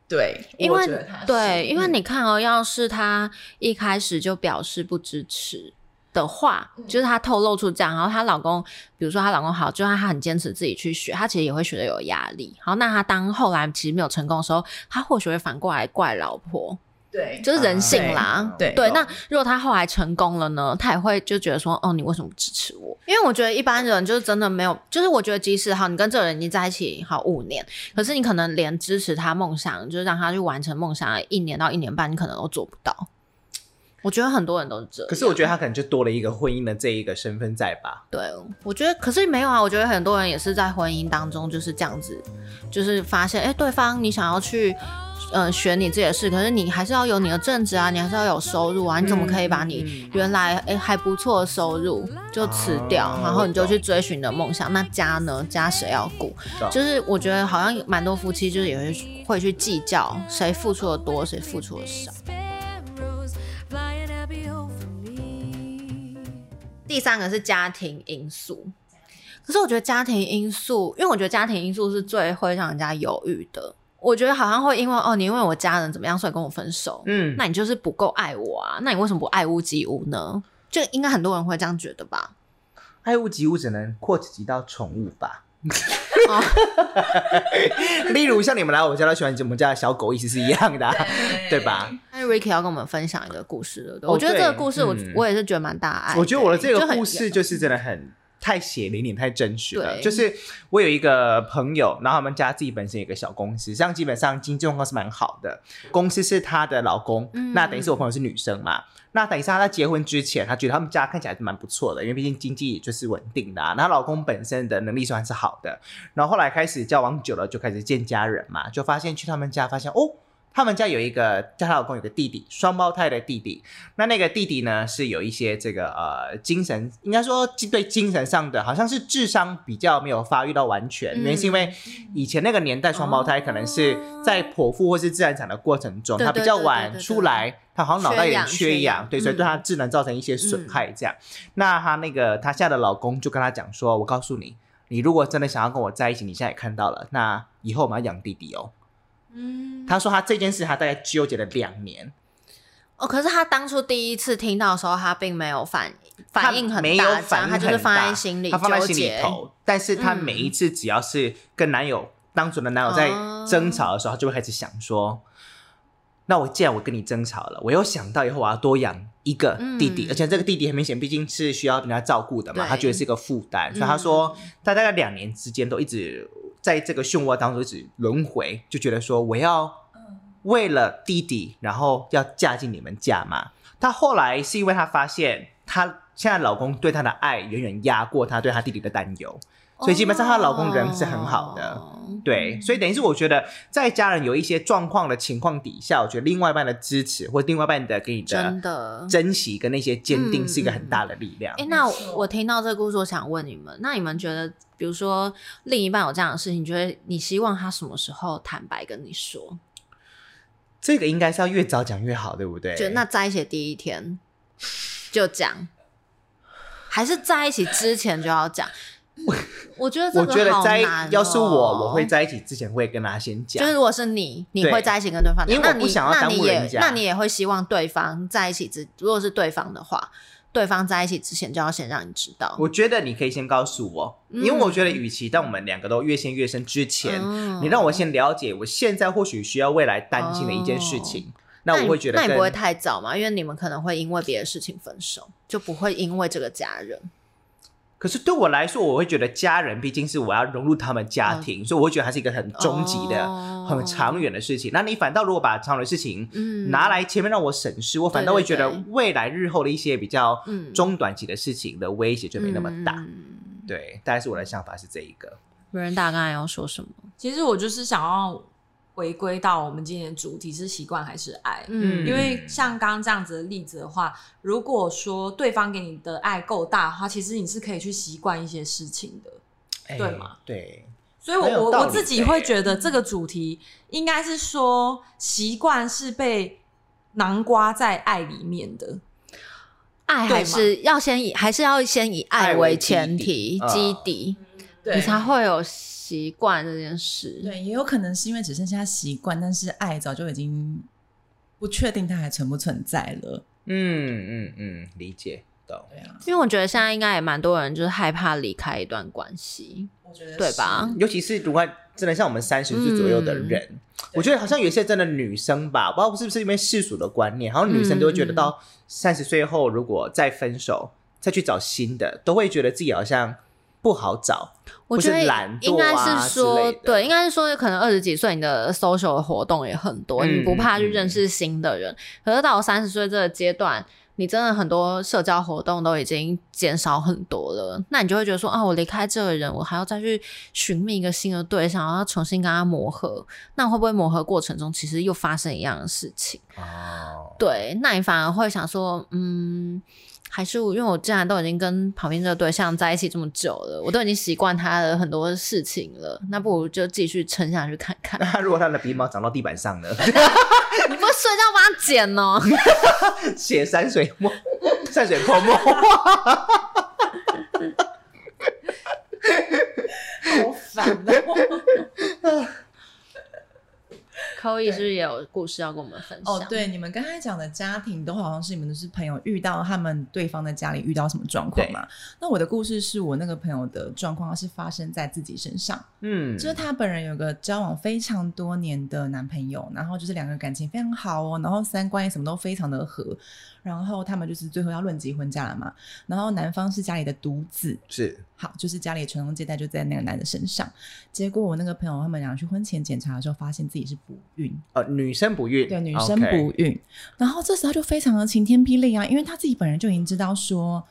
Speaker 4: 对，
Speaker 2: 因为
Speaker 4: 我觉得她是
Speaker 2: 对，因为
Speaker 4: 嗯
Speaker 2: 你看哦，要是她一开始就表示不支持的话，就是她透露出这样，然后她老公，比如说她老公好，就算她很坚持自己去学，她其实也会学得有压力。好，那她当后来其实没有成功的时候，她或许会反过来怪老婆，
Speaker 4: 对
Speaker 2: 就是人性啦。
Speaker 1: 啊
Speaker 4: 嗯对
Speaker 2: 对，
Speaker 1: 懂
Speaker 2: 那如果她后来成功了呢，她也会就觉得说，哦，你为什么不支持我？因为我觉得一般人就是真的没有，就是我觉得即使好，你跟这个人已经在一起好五年，可是你可能连支持他梦想，就是让他去完成梦想，一年到一年半，你可能都做不到。我觉得很多人都是这样。
Speaker 1: 可是我觉得他可能就多了一个婚姻的这一个身份在吧。
Speaker 2: 对，我觉得可是没有啊，我觉得很多人也是在婚姻当中就是这样子，就是发现哎、诶对方你想要去。呃，选你自己的事，可是你还是要有你的正职啊，你还是要有收入啊，你怎么可以把
Speaker 5: 嗯
Speaker 2: 你原来哎、诶还不错的收入就辞掉，
Speaker 1: 啊
Speaker 2: 然后你就去追寻你的梦想？那家呢？家谁要顾？
Speaker 1: 懂
Speaker 2: 就是我觉得好像蛮多夫妻就是也会去会去计较谁付出的多，谁付出的少。
Speaker 3: Sparrows flying happy home for me.
Speaker 2: 第三个是家庭因素。可是我觉得家庭因素，因为我觉得家庭因素是最会让人家犹豫的。我觉得好像会因为哦，你因为我家人怎么样，所以跟我分手。
Speaker 1: 嗯，
Speaker 2: 那你就是不够爱我啊？那你为什么不爱屋及乌呢？就应该很多人会这样觉得吧？
Speaker 1: 爱屋及乌只能扩及到宠物吧。
Speaker 2: 哦
Speaker 1: 例如像你们来我家都喜欢我们家的小狗，意思是一样的啊、对吧？
Speaker 2: 那 Ricky 要跟我们分享一个故事，对不对？
Speaker 1: 哦
Speaker 2: 我觉得这个
Speaker 1: 对
Speaker 2: 故事我，我、
Speaker 1: 嗯
Speaker 2: 也是觉得蛮大爱的。
Speaker 1: 我觉得我的这个
Speaker 2: 就很
Speaker 1: 故事就是真的很太血淋淋、太真实了。
Speaker 2: 对
Speaker 1: 就是我有一个朋友，然后他们家自己本身有一个小公司，这样基本上经济状况是蛮好的。公司是她的老公，
Speaker 2: 嗯
Speaker 1: 那等于是我朋友是女生嘛。那等一下，她结婚之前，她觉得他们家看起来是蛮不错的，因为毕竟经济就是稳定的啊。那她老公本身的能力算是好的，然后后来开始交往久了，就开始见家人嘛，就发现去他们家，发现哦，他们家有一个叫她老公有个弟弟，双胞胎的弟弟。那那个弟弟呢是有一些这个呃精神，应该说对精神上的，好像是智商比较没有发育到完全，
Speaker 2: 嗯
Speaker 1: 原因是因为以前那个年代双胞胎可能是在剖腹或是自然产的过程中，
Speaker 2: 对
Speaker 1: 他
Speaker 2: 对
Speaker 1: 比较
Speaker 2: 对对
Speaker 1: 晚
Speaker 2: 对
Speaker 1: 出
Speaker 2: 对
Speaker 1: 来，他好像脑袋有点
Speaker 2: 缺
Speaker 1: 缺
Speaker 2: 氧缺
Speaker 1: 氧
Speaker 2: 氧，
Speaker 1: 对，所以对他智能造成一些损害这样。那她那个她现在的老公就跟她讲说：“我告诉你，你如果真的想要跟我在一起，你现在也看到了，那以后我们要养弟弟哦。”
Speaker 2: 嗯，
Speaker 1: 她说她这件事她大概纠结了两年，
Speaker 2: 哦，可是他当初第一次听到的时候，他并没有反
Speaker 1: 她
Speaker 2: 反应很
Speaker 1: 没有
Speaker 2: 大，这
Speaker 1: 反
Speaker 2: 样
Speaker 1: 应
Speaker 2: 他就是
Speaker 1: 很
Speaker 2: 放
Speaker 1: 大
Speaker 2: 在心里
Speaker 1: 她放在
Speaker 2: 纠
Speaker 1: 心里
Speaker 2: 结。嗯
Speaker 1: 头。但是她每一次只要是跟男友、当初的男友在
Speaker 2: 哦
Speaker 1: 争吵的时候，她就会开始想说。那我既然我跟你争吵了，我又想到以后我要多养一个弟弟，
Speaker 2: 嗯
Speaker 1: 而且这个弟弟很明显，毕竟是需要人家照顾的嘛，
Speaker 2: 对
Speaker 1: 她觉得是一个负担，所以
Speaker 2: 嗯
Speaker 1: 她说她大概两年之间都一直在这个漩涡当中一直轮回，就觉得说我要
Speaker 2: 嗯
Speaker 1: 为了弟弟，然后要嫁进你们家嘛。她后来是因为她发现她现在老公对她的爱远远压过她对她弟弟的担忧，所以基本上她老公人是很好的。
Speaker 2: 哦
Speaker 1: 对，所以等于是我觉得，在家人有一些状况的情况底下，我觉得另外一半的支持或另外一半的给你
Speaker 2: 真
Speaker 1: 的
Speaker 2: 的。
Speaker 1: 珍惜跟那些坚定
Speaker 2: 嗯
Speaker 1: 是一个很大的力量。
Speaker 2: 哎、那我我听到这个故事，我想问你们，那你们觉得，比如说另一半有这样的事情，你觉得你希望他什么时候坦白跟你说？
Speaker 1: 这个应该是要越早讲越好，对不对？
Speaker 2: 就那在一起的第一天就讲，还是在一起之前就要 讲？我觉得这
Speaker 1: 我
Speaker 2: 个
Speaker 1: 觉得
Speaker 2: 好
Speaker 1: 在
Speaker 2: 难哦
Speaker 1: 要是我，我会在一起之前会跟他先讲，
Speaker 2: 就是如果是你，你
Speaker 1: 对
Speaker 2: 会在一起跟对方
Speaker 1: 因
Speaker 2: 讲，
Speaker 1: 为
Speaker 2: 那
Speaker 1: 我不
Speaker 2: 你
Speaker 1: 想要
Speaker 2: 那
Speaker 1: 耽
Speaker 2: 你
Speaker 1: 误
Speaker 2: 也
Speaker 1: 人家
Speaker 2: 那你也会希望对方在一起之，如果是对方的话，对方在一起之前就要先让你知道。
Speaker 1: 我觉得你可以先告诉我，
Speaker 2: 嗯
Speaker 1: 因为我觉得，与其当我们两个都越陷越深之前，
Speaker 2: 嗯
Speaker 1: 你让我先了解我现在或许需要未来担心的一件事情，那我
Speaker 2: 你
Speaker 1: 会觉得
Speaker 2: 哦那你不会
Speaker 1: 更
Speaker 2: 太早嘛？因为你们可能会因为别的事情分手，就不会因为这个家人。
Speaker 1: 可是对我来说，我会觉得家人毕竟是我要融入他们家庭，所以我会觉得它是一个很终极的、
Speaker 2: 嗯哦
Speaker 1: 很长远的事情。那你反倒如果把长远的事情
Speaker 2: 嗯
Speaker 1: 拿来前面让我审视，我反倒会觉得
Speaker 2: 对对
Speaker 1: 未来日后的一些比较
Speaker 2: 嗯
Speaker 1: 中短期的事情的威胁就没那么大。
Speaker 2: 嗯
Speaker 1: 对，大概是我的想法是这一个。
Speaker 2: 有人大概要说什么？
Speaker 5: 其实我就是想要回归到我们今天的主题是习惯还是爱，
Speaker 2: 嗯，
Speaker 5: 因为像刚刚这样子的例子的话，如果说对方给你的爱够大的话，其实你是可以去习惯一些事情的。
Speaker 1: 哎
Speaker 5: 对嘛？
Speaker 1: 对，
Speaker 5: 所以我，
Speaker 1: 很有
Speaker 5: 我
Speaker 1: 道
Speaker 5: 我
Speaker 1: 理
Speaker 5: 自己
Speaker 1: 的
Speaker 5: 会
Speaker 1: 耶
Speaker 5: 觉得这个主题应该是说习惯是被南瓜在爱里面的，
Speaker 2: 爱
Speaker 5: 对
Speaker 2: 还
Speaker 5: 嘛
Speaker 2: 是要先以还是要先以
Speaker 1: 爱
Speaker 2: 爱
Speaker 1: 为
Speaker 2: 为
Speaker 1: 基
Speaker 2: 前
Speaker 1: 底
Speaker 2: 提
Speaker 1: 嗯
Speaker 2: 基底，
Speaker 4: 对
Speaker 2: 你才会有习惯这件事。
Speaker 4: 对，也有可能是因为只剩下习惯，但是爱早就已经不确定它还存不存在了。
Speaker 1: 嗯嗯嗯，理解懂。
Speaker 4: 对啊，
Speaker 2: 因为我觉得现在应该也蛮多人就是害怕离开一段关系，
Speaker 4: 我觉得
Speaker 2: 对吧？？
Speaker 1: 尤其是如果真的像我们三十岁左右的人，我觉得好像有一些真的女生吧，不知道是不是因为世俗的观念，好像女生都会觉得到三十岁后如果再分手，再去找新的，都会觉得自己好像不好找。
Speaker 2: 我觉
Speaker 1: 或
Speaker 2: 得
Speaker 1: 是懒惰啊
Speaker 2: 应该是
Speaker 1: 之
Speaker 2: 说
Speaker 1: 类的，
Speaker 2: 对，应该是说，可能二十几岁你的 social 的活动也很多，
Speaker 1: 嗯
Speaker 2: 你不怕去认识新的人。可是到三十岁这个阶段，你真的很多社交活动都已经减少很多了，那你就会觉得说啊，我离开这个人，我还要再去寻觅一个新的对象，然后重新跟他磨合。那会不会磨合过程中，其实又发生一样的事情？
Speaker 1: 哦，
Speaker 2: 对，那你反而会想说，嗯，还是我因为我既然都已经跟旁边这个对象在一起这么久了，我都已经习惯他的很多事情了，那不如就继续撑下去看看
Speaker 1: 那。他如果他的鼻毛长到地板上呢？
Speaker 2: 你不睡觉把它剪哦，
Speaker 1: 写山水墨， 山水泼墨。
Speaker 4: 好烦的。
Speaker 2: 扣一是不是也有故事要跟我们分享？
Speaker 4: 哦，，对，你们刚才讲的家庭都好像是你们都是朋友遇到他们对方的家里遇到什么状况嘛？那我的故事是我那个朋友的状况是发生在自己身上，
Speaker 1: 嗯，
Speaker 4: 就是她本人有个交往非常多年的男朋友，然后就是两个人感情非常好哦，然后三观也什么都非常的合，然后他们就是最后要论及婚嫁了嘛，然后男方是家里的独子，
Speaker 1: 是
Speaker 4: 好，就是家里的传宗接代就在那个男的身上，结果我那个朋友他们俩去婚前检查的时候，发现自己是不孕。
Speaker 1: 呃，女生不孕，
Speaker 4: 对，女生
Speaker 1: OK
Speaker 4: 不孕。然后这时候她就非常的晴天霹雳啊，因为她自己本人就已经知道说，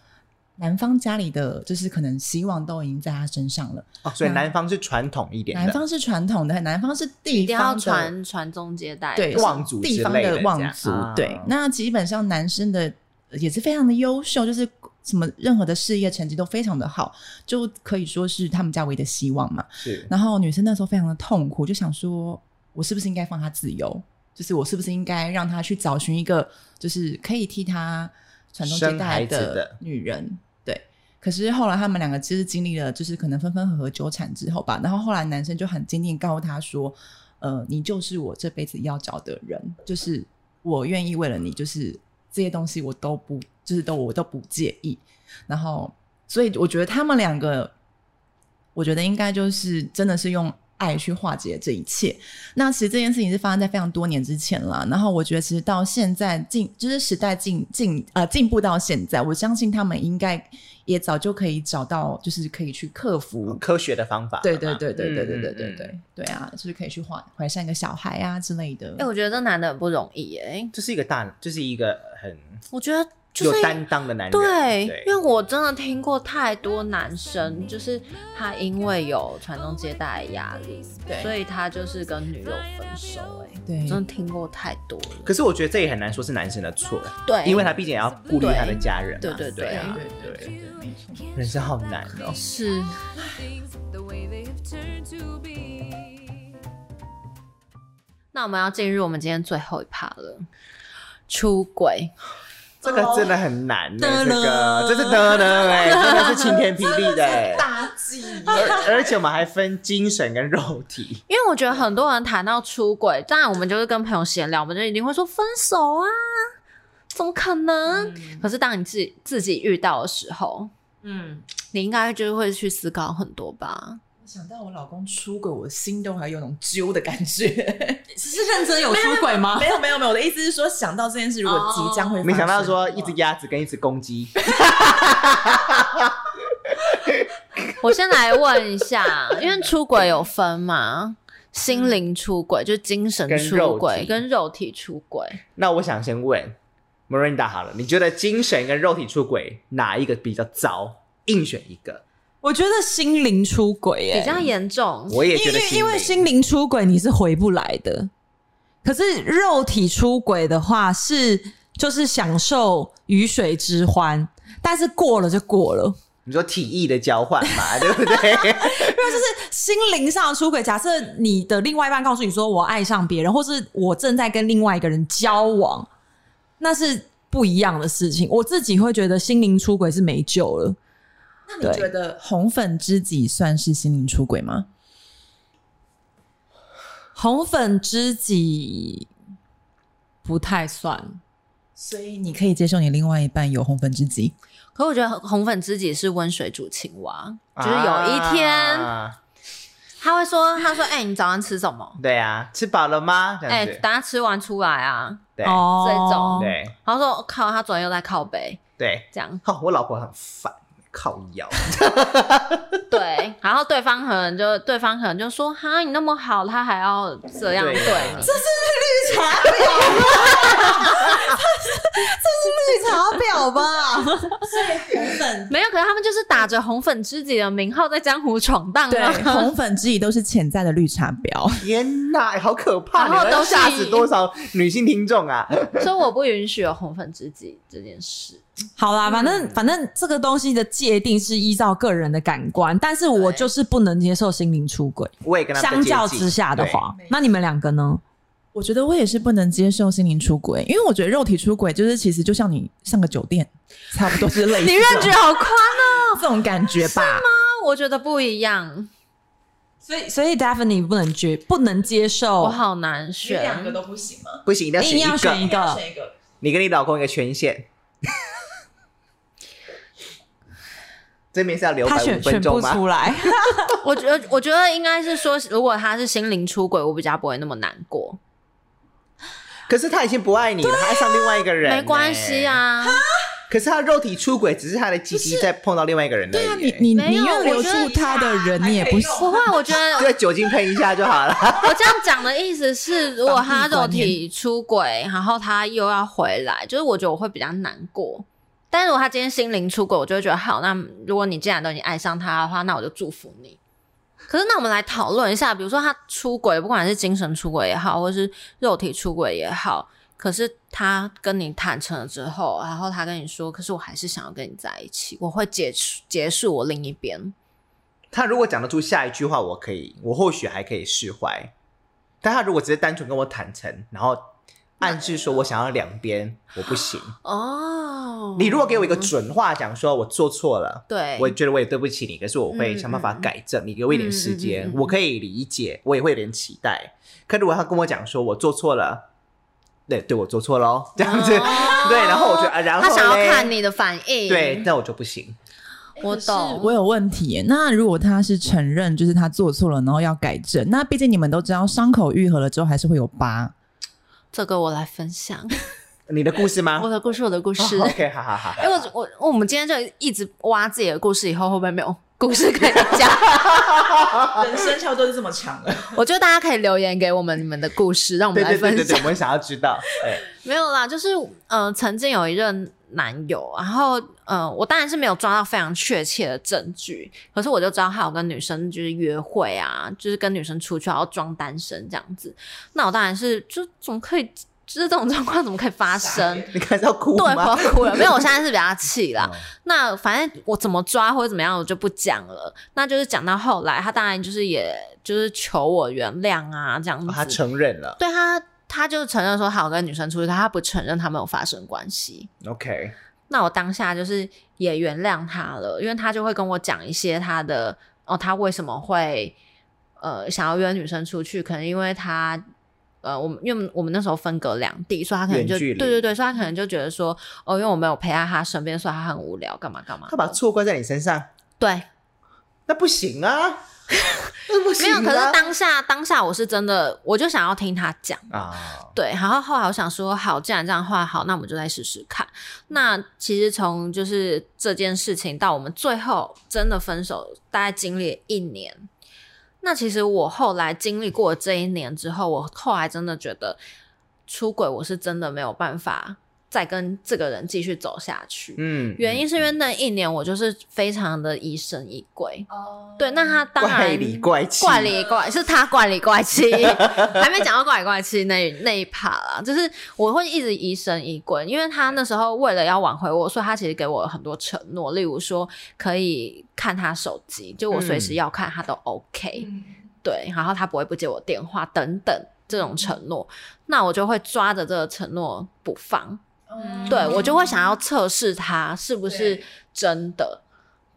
Speaker 4: 男方家里的就是可能希望都已经在他身上了。
Speaker 1: 哦，所以
Speaker 4: 那
Speaker 1: 南方是传统一点
Speaker 4: 南
Speaker 1: 的，
Speaker 4: 方是传统的，南方是
Speaker 2: 一
Speaker 4: 地
Speaker 2: 定要
Speaker 4: 方的
Speaker 2: 传传宗接代，
Speaker 4: 对
Speaker 1: 望族
Speaker 4: 地
Speaker 1: 之
Speaker 4: 方
Speaker 1: 类的这
Speaker 4: 的
Speaker 1: 样
Speaker 4: 望族
Speaker 1: 啊。
Speaker 4: 对，那基本上男生的呃也是非常的优秀，就是什么任何的事业成绩都非常的好，就可以说是他们家唯一的希望嘛。
Speaker 1: 是
Speaker 4: 然后女生那时候非常的痛苦，就想说，我是不是应该放她自由？就是我是不是应该让她去找寻一个，就是可以替她传宗接
Speaker 1: 生孩
Speaker 4: 代
Speaker 1: 子的
Speaker 4: 女人？对。可是后来他们两个其实经历了，就是可能分分合合纠缠之后吧，然后后来男生就很坚定告诉她说，呃，你就是我这辈子要找的人，就是我愿意为了你，就是这些东西我都不，就是都我都不介意。然后，所以我觉得他们两个，我觉得应该就是真的是用爱去化解这一切。那其实这件事情是发生在非常多年之前了。然后我觉得，其实到现在进就是时代进进呃进步到现在，我相信他们应该也早就可以找到，就是可以去克服。
Speaker 1: 科学的方法嘛。
Speaker 4: 对对对对
Speaker 1: 嗯
Speaker 4: 对对对对
Speaker 1: 嗯嗯
Speaker 4: 对对啊，就是可以去怀怀上一个小孩啊之类的。
Speaker 2: 哎、我觉得这男的很不容易哎、
Speaker 1: 这是一个大，这是一个很
Speaker 2: 我觉得就
Speaker 1: 有
Speaker 2: 是
Speaker 1: 担当的男人。
Speaker 2: 对，
Speaker 1: 对，
Speaker 2: 因为我真的听过太多男生，就是他因为有传宗接代的压力，
Speaker 4: 对
Speaker 2: 所以他就是跟女友分手、哎，
Speaker 4: 对
Speaker 2: 我真的听过太多了。
Speaker 1: 嗯可是我觉得这也很难说是男生的错，
Speaker 2: 对，
Speaker 1: 因为他毕竟也要顾虑他的家人嘛。
Speaker 2: 对对对
Speaker 1: 对啊，
Speaker 4: 对对对，没错。
Speaker 1: 人生好难哦。
Speaker 2: 是
Speaker 3: things the way they have turned to be.
Speaker 2: 那我们要进入我们今天最后一趴了，出轨。
Speaker 1: 这个真的很难呢、
Speaker 5: 哦
Speaker 1: 这个
Speaker 5: 噔
Speaker 1: 这是
Speaker 5: 噔
Speaker 1: 的呢，哎，真的是晴天霹雳的、哎
Speaker 5: 大忌。
Speaker 1: 而而且我们还分精神跟肉体，
Speaker 2: 因为我觉得很多人谈到出轨，当然我们就是跟朋友闲聊，我们就一定会说分手啊，怎么可能？
Speaker 1: 嗯
Speaker 2: 可是当你自己自己遇到的时候，
Speaker 5: 嗯，
Speaker 2: 你应该就会去思考很多吧？
Speaker 4: 想到我老公出轨，我心都还有种揪的感觉。
Speaker 5: 是认真有出轨吗？
Speaker 4: 没有没有没有，我的意思是说，想到这件事，如果即将会发生，
Speaker 1: 哦没想到说一只鸭子跟一只公鸡，
Speaker 2: 我先来问一 下，因为出轨有分嘛？心灵出轨就是精神
Speaker 1: 嗯跟
Speaker 2: 出
Speaker 1: 肉
Speaker 2: 轨，
Speaker 1: 体
Speaker 2: 跟肉体出轨。
Speaker 1: 那我想先问 Miranda 好了，你觉得精神跟肉体出轨哪一个比较糟？硬选一个，
Speaker 5: 我觉得心灵出轨、欸，
Speaker 2: 比较严重，
Speaker 1: 我也
Speaker 5: 因
Speaker 1: 觉得
Speaker 5: 为因为
Speaker 1: 心
Speaker 5: 心灵出轨你是回不来的，可是肉体出轨的话是就是享受鱼水之欢，但是过了就过了。
Speaker 1: 你说体意的交换嘛， 对不对？
Speaker 5: 心灵上的出轨，假设你的另外一半告诉你说我爱上别人，或是我正在跟另外一个人交往，那是不一样的事情。我自己会觉得心灵出轨是没救了。
Speaker 4: 那你觉得红粉知己算是心灵出轨吗？
Speaker 5: 红粉知己不太算，
Speaker 4: 所以你可以接受你另外一半有红粉知己，
Speaker 2: 可我觉得红粉知己是温水煮青蛙，就是有一天、
Speaker 1: 啊
Speaker 2: 他会说，他说，哎、你早上吃什么？
Speaker 1: 对啊，吃饱了吗？这
Speaker 2: 哎、
Speaker 1: 样子，
Speaker 2: 等下吃完出来啊。
Speaker 1: 对
Speaker 5: 哦，
Speaker 1: 对
Speaker 2: 然后说，靠，他昨天又在靠北，
Speaker 1: 对。
Speaker 2: 这样
Speaker 1: 哦，我老婆很烦，靠腰。
Speaker 2: 对。然后对方可能就，对方可能就说，哈，你那么好，他还要这样对
Speaker 1: 对
Speaker 2: 你，
Speaker 1: 啊
Speaker 5: 绿茶婊吧。
Speaker 2: 没有。可是他们就是打着红粉知己的名号在江湖闯荡
Speaker 4: 对
Speaker 2: 啊，，
Speaker 4: 红粉知己都 是潜在的绿茶婊。
Speaker 1: 天哪，哎好可怕！
Speaker 2: 然后
Speaker 1: 你们
Speaker 2: 都是
Speaker 1: 吓死多少女性听众啊！
Speaker 2: 所以我不允许有红粉知己这件事。
Speaker 5: 好啦，反正反正这个东西的界定是依照个人的感官，但是我
Speaker 2: 对
Speaker 5: 就是不能接受心灵出轨。
Speaker 1: 我也跟他比较
Speaker 5: 相较
Speaker 1: 接近
Speaker 5: 之下的，话
Speaker 4: 对，
Speaker 5: 那你们两个呢？
Speaker 4: 我觉得我也是不能接受心灵出轨，因为我觉得肉体出轨就是其实就像你上个酒店，差不多是类似
Speaker 2: 你认知好宽啊！
Speaker 4: 这种感觉吧？
Speaker 2: 我觉得不一样，
Speaker 5: 所以所以 Daphne 不能决不能接
Speaker 2: 我
Speaker 5: 受，
Speaker 2: 好难选。
Speaker 4: 都不行吗？
Speaker 1: 对不行，一定
Speaker 5: 硬要
Speaker 1: 要选
Speaker 5: 选
Speaker 1: 一
Speaker 5: 一
Speaker 1: 个。
Speaker 5: 个，
Speaker 4: 一个。
Speaker 1: 你跟你老公一个权限， 这边是要留
Speaker 5: 他
Speaker 1: 白
Speaker 5: 选
Speaker 1: 五
Speaker 5: 选
Speaker 1: 分
Speaker 5: 不
Speaker 1: 钟吗？
Speaker 5: 出来。
Speaker 2: 我觉得，我觉得应该是说，如果他是心灵出轨，我比较不会那么难过。
Speaker 1: 可是他已经不爱你了，他爱上另外一个人，
Speaker 2: 没关系。啊，
Speaker 1: 可是他肉体出轨，只是他的鸡鸡在碰到另外一个人而已。
Speaker 4: 对啊，你你
Speaker 2: 没
Speaker 4: 你
Speaker 2: 有
Speaker 4: 愿留
Speaker 2: 我觉得
Speaker 4: 住他的人，你也不是
Speaker 2: 不会。我觉得
Speaker 1: 对酒精喷一下就好了。
Speaker 2: 我这样讲的意思是，如果他
Speaker 4: 防疫
Speaker 2: 肉
Speaker 4: 观念
Speaker 2: 体出轨，然后他又要回来，就是我觉得我会比较难过。但是如果他今天心灵出轨，我就会觉得好，那如果你既然都已经爱上他的话，那我就祝福你。可是，那我们来讨论一下，比如说他出轨，不管是精神出轨也好，或是肉体出轨也好，可是他跟你坦诚了之后，然后他跟你说，可是我还是想要跟你在一起，我会结束结束我另一边。
Speaker 1: 他如果讲得出下一句话，我可以，我或许还可以释怀。但他如果只是单纯跟我坦诚，然后暗示说我想要两边，我不行。
Speaker 2: 哦，
Speaker 1: 你如果给我一个准话，讲说我做错了，
Speaker 2: 对，
Speaker 1: 我觉得我也对不起你，可是我会想办法改正。你给我一点时间，
Speaker 2: 嗯嗯嗯嗯嗯
Speaker 1: 我可以理解，我也会有点期待。可如果他跟我讲说我做错了，对，对我做错喽，这样子，
Speaker 2: 哦
Speaker 1: 对，然后我觉得，啊然后
Speaker 2: 他想要
Speaker 1: 嘞
Speaker 2: 看，你的反应，
Speaker 1: 对，，那我就不行。
Speaker 2: 我懂，
Speaker 4: 我有问题耶。那如果他是承认就是他做错了，然后要改正，那毕竟你们都知道，伤口愈合了之后还是会有疤。
Speaker 2: 这个我来分享
Speaker 1: 你的故事吗？
Speaker 2: 我的故事，我的故事。
Speaker 1: 哦 OK，好好好，
Speaker 2: 因为我我我们今天就一直挖自己的故事，以后会不会没有故事可以讲？
Speaker 4: 人 生差不多就这么长了。
Speaker 2: 我觉得大家可以留言给我们你们的故事，让我
Speaker 1: 对
Speaker 2: 们来
Speaker 1: 对对
Speaker 2: 分
Speaker 1: 对对，
Speaker 2: 享
Speaker 1: 我。们想要知道，哎对。
Speaker 2: 没有啦，就是呃，曾经有一任男友，然后呃，我当然是没有抓到非常确切的证据，可是我就知道他有跟女生就是约会啊，就是跟女生出去，然后装单身这样子。那我当然是就怎么可以，就是这种状况怎么可以发生？
Speaker 1: 你开始要哭
Speaker 2: 对，我
Speaker 1: 吗？
Speaker 2: 要 哭了。没有，我现在是比较气啦。
Speaker 1: 嗯
Speaker 2: 那反正我怎么抓或者怎么样，我就不讲了。那就是讲到后来，他当然就是也就是求我原谅啊，这样子。
Speaker 1: 哦他承认了
Speaker 2: 对他，他就承认说他有跟女生出去，他不承认他们有发生关系。
Speaker 1: ，OK，
Speaker 2: 那我当下就是也原谅他了，因为他就会跟我讲一些他的哦，他为什么会呃想要约女生出去，可能因为他呃，我们因为我们那时候分隔两地，所以他可能
Speaker 1: 远
Speaker 2: 就
Speaker 1: 距
Speaker 2: 对
Speaker 1: 离
Speaker 2: 对对，所以他可能就觉得说哦，因为我没有陪在他身边，所以他很无聊，干嘛干嘛的。
Speaker 1: 他把错怪在你身上，
Speaker 2: 对
Speaker 1: 那不行啊，那不
Speaker 2: 没
Speaker 1: 行
Speaker 2: 有，
Speaker 1: 啊。
Speaker 2: 可是当下当下我是真的，我就想要听他讲。
Speaker 1: 啊，
Speaker 2: 对，然后后来我想说，好，既然这样的话，好，那我们就再试试看。那其实从就是这件事情到我们最后真的分手，大概经历了一年。那其实我后来经历过这一年之后，我后来真的觉得出轨，我是真的没有办法再跟这个人继续走下去。
Speaker 1: 嗯，
Speaker 2: 原因是因为那一年我就是非常的疑神疑鬼。
Speaker 3: 哦
Speaker 2: 对，那他当然
Speaker 1: 怪里怪气，
Speaker 2: 怪里怪是他怪里怪气，还没讲到怪里怪气那那一趴啦，就是我会一直疑神疑鬼，因为他那时候为了要挽回我，所以他其实给我了很多承诺，例如说可以看他手机，就我随时要看他都 OK，、对，然后他不会不接我电话等等这种承诺，那我就会抓着这个承诺不放，
Speaker 5: 嗯
Speaker 2: 对我就会想要测试他是不是
Speaker 4: 对
Speaker 2: 真的。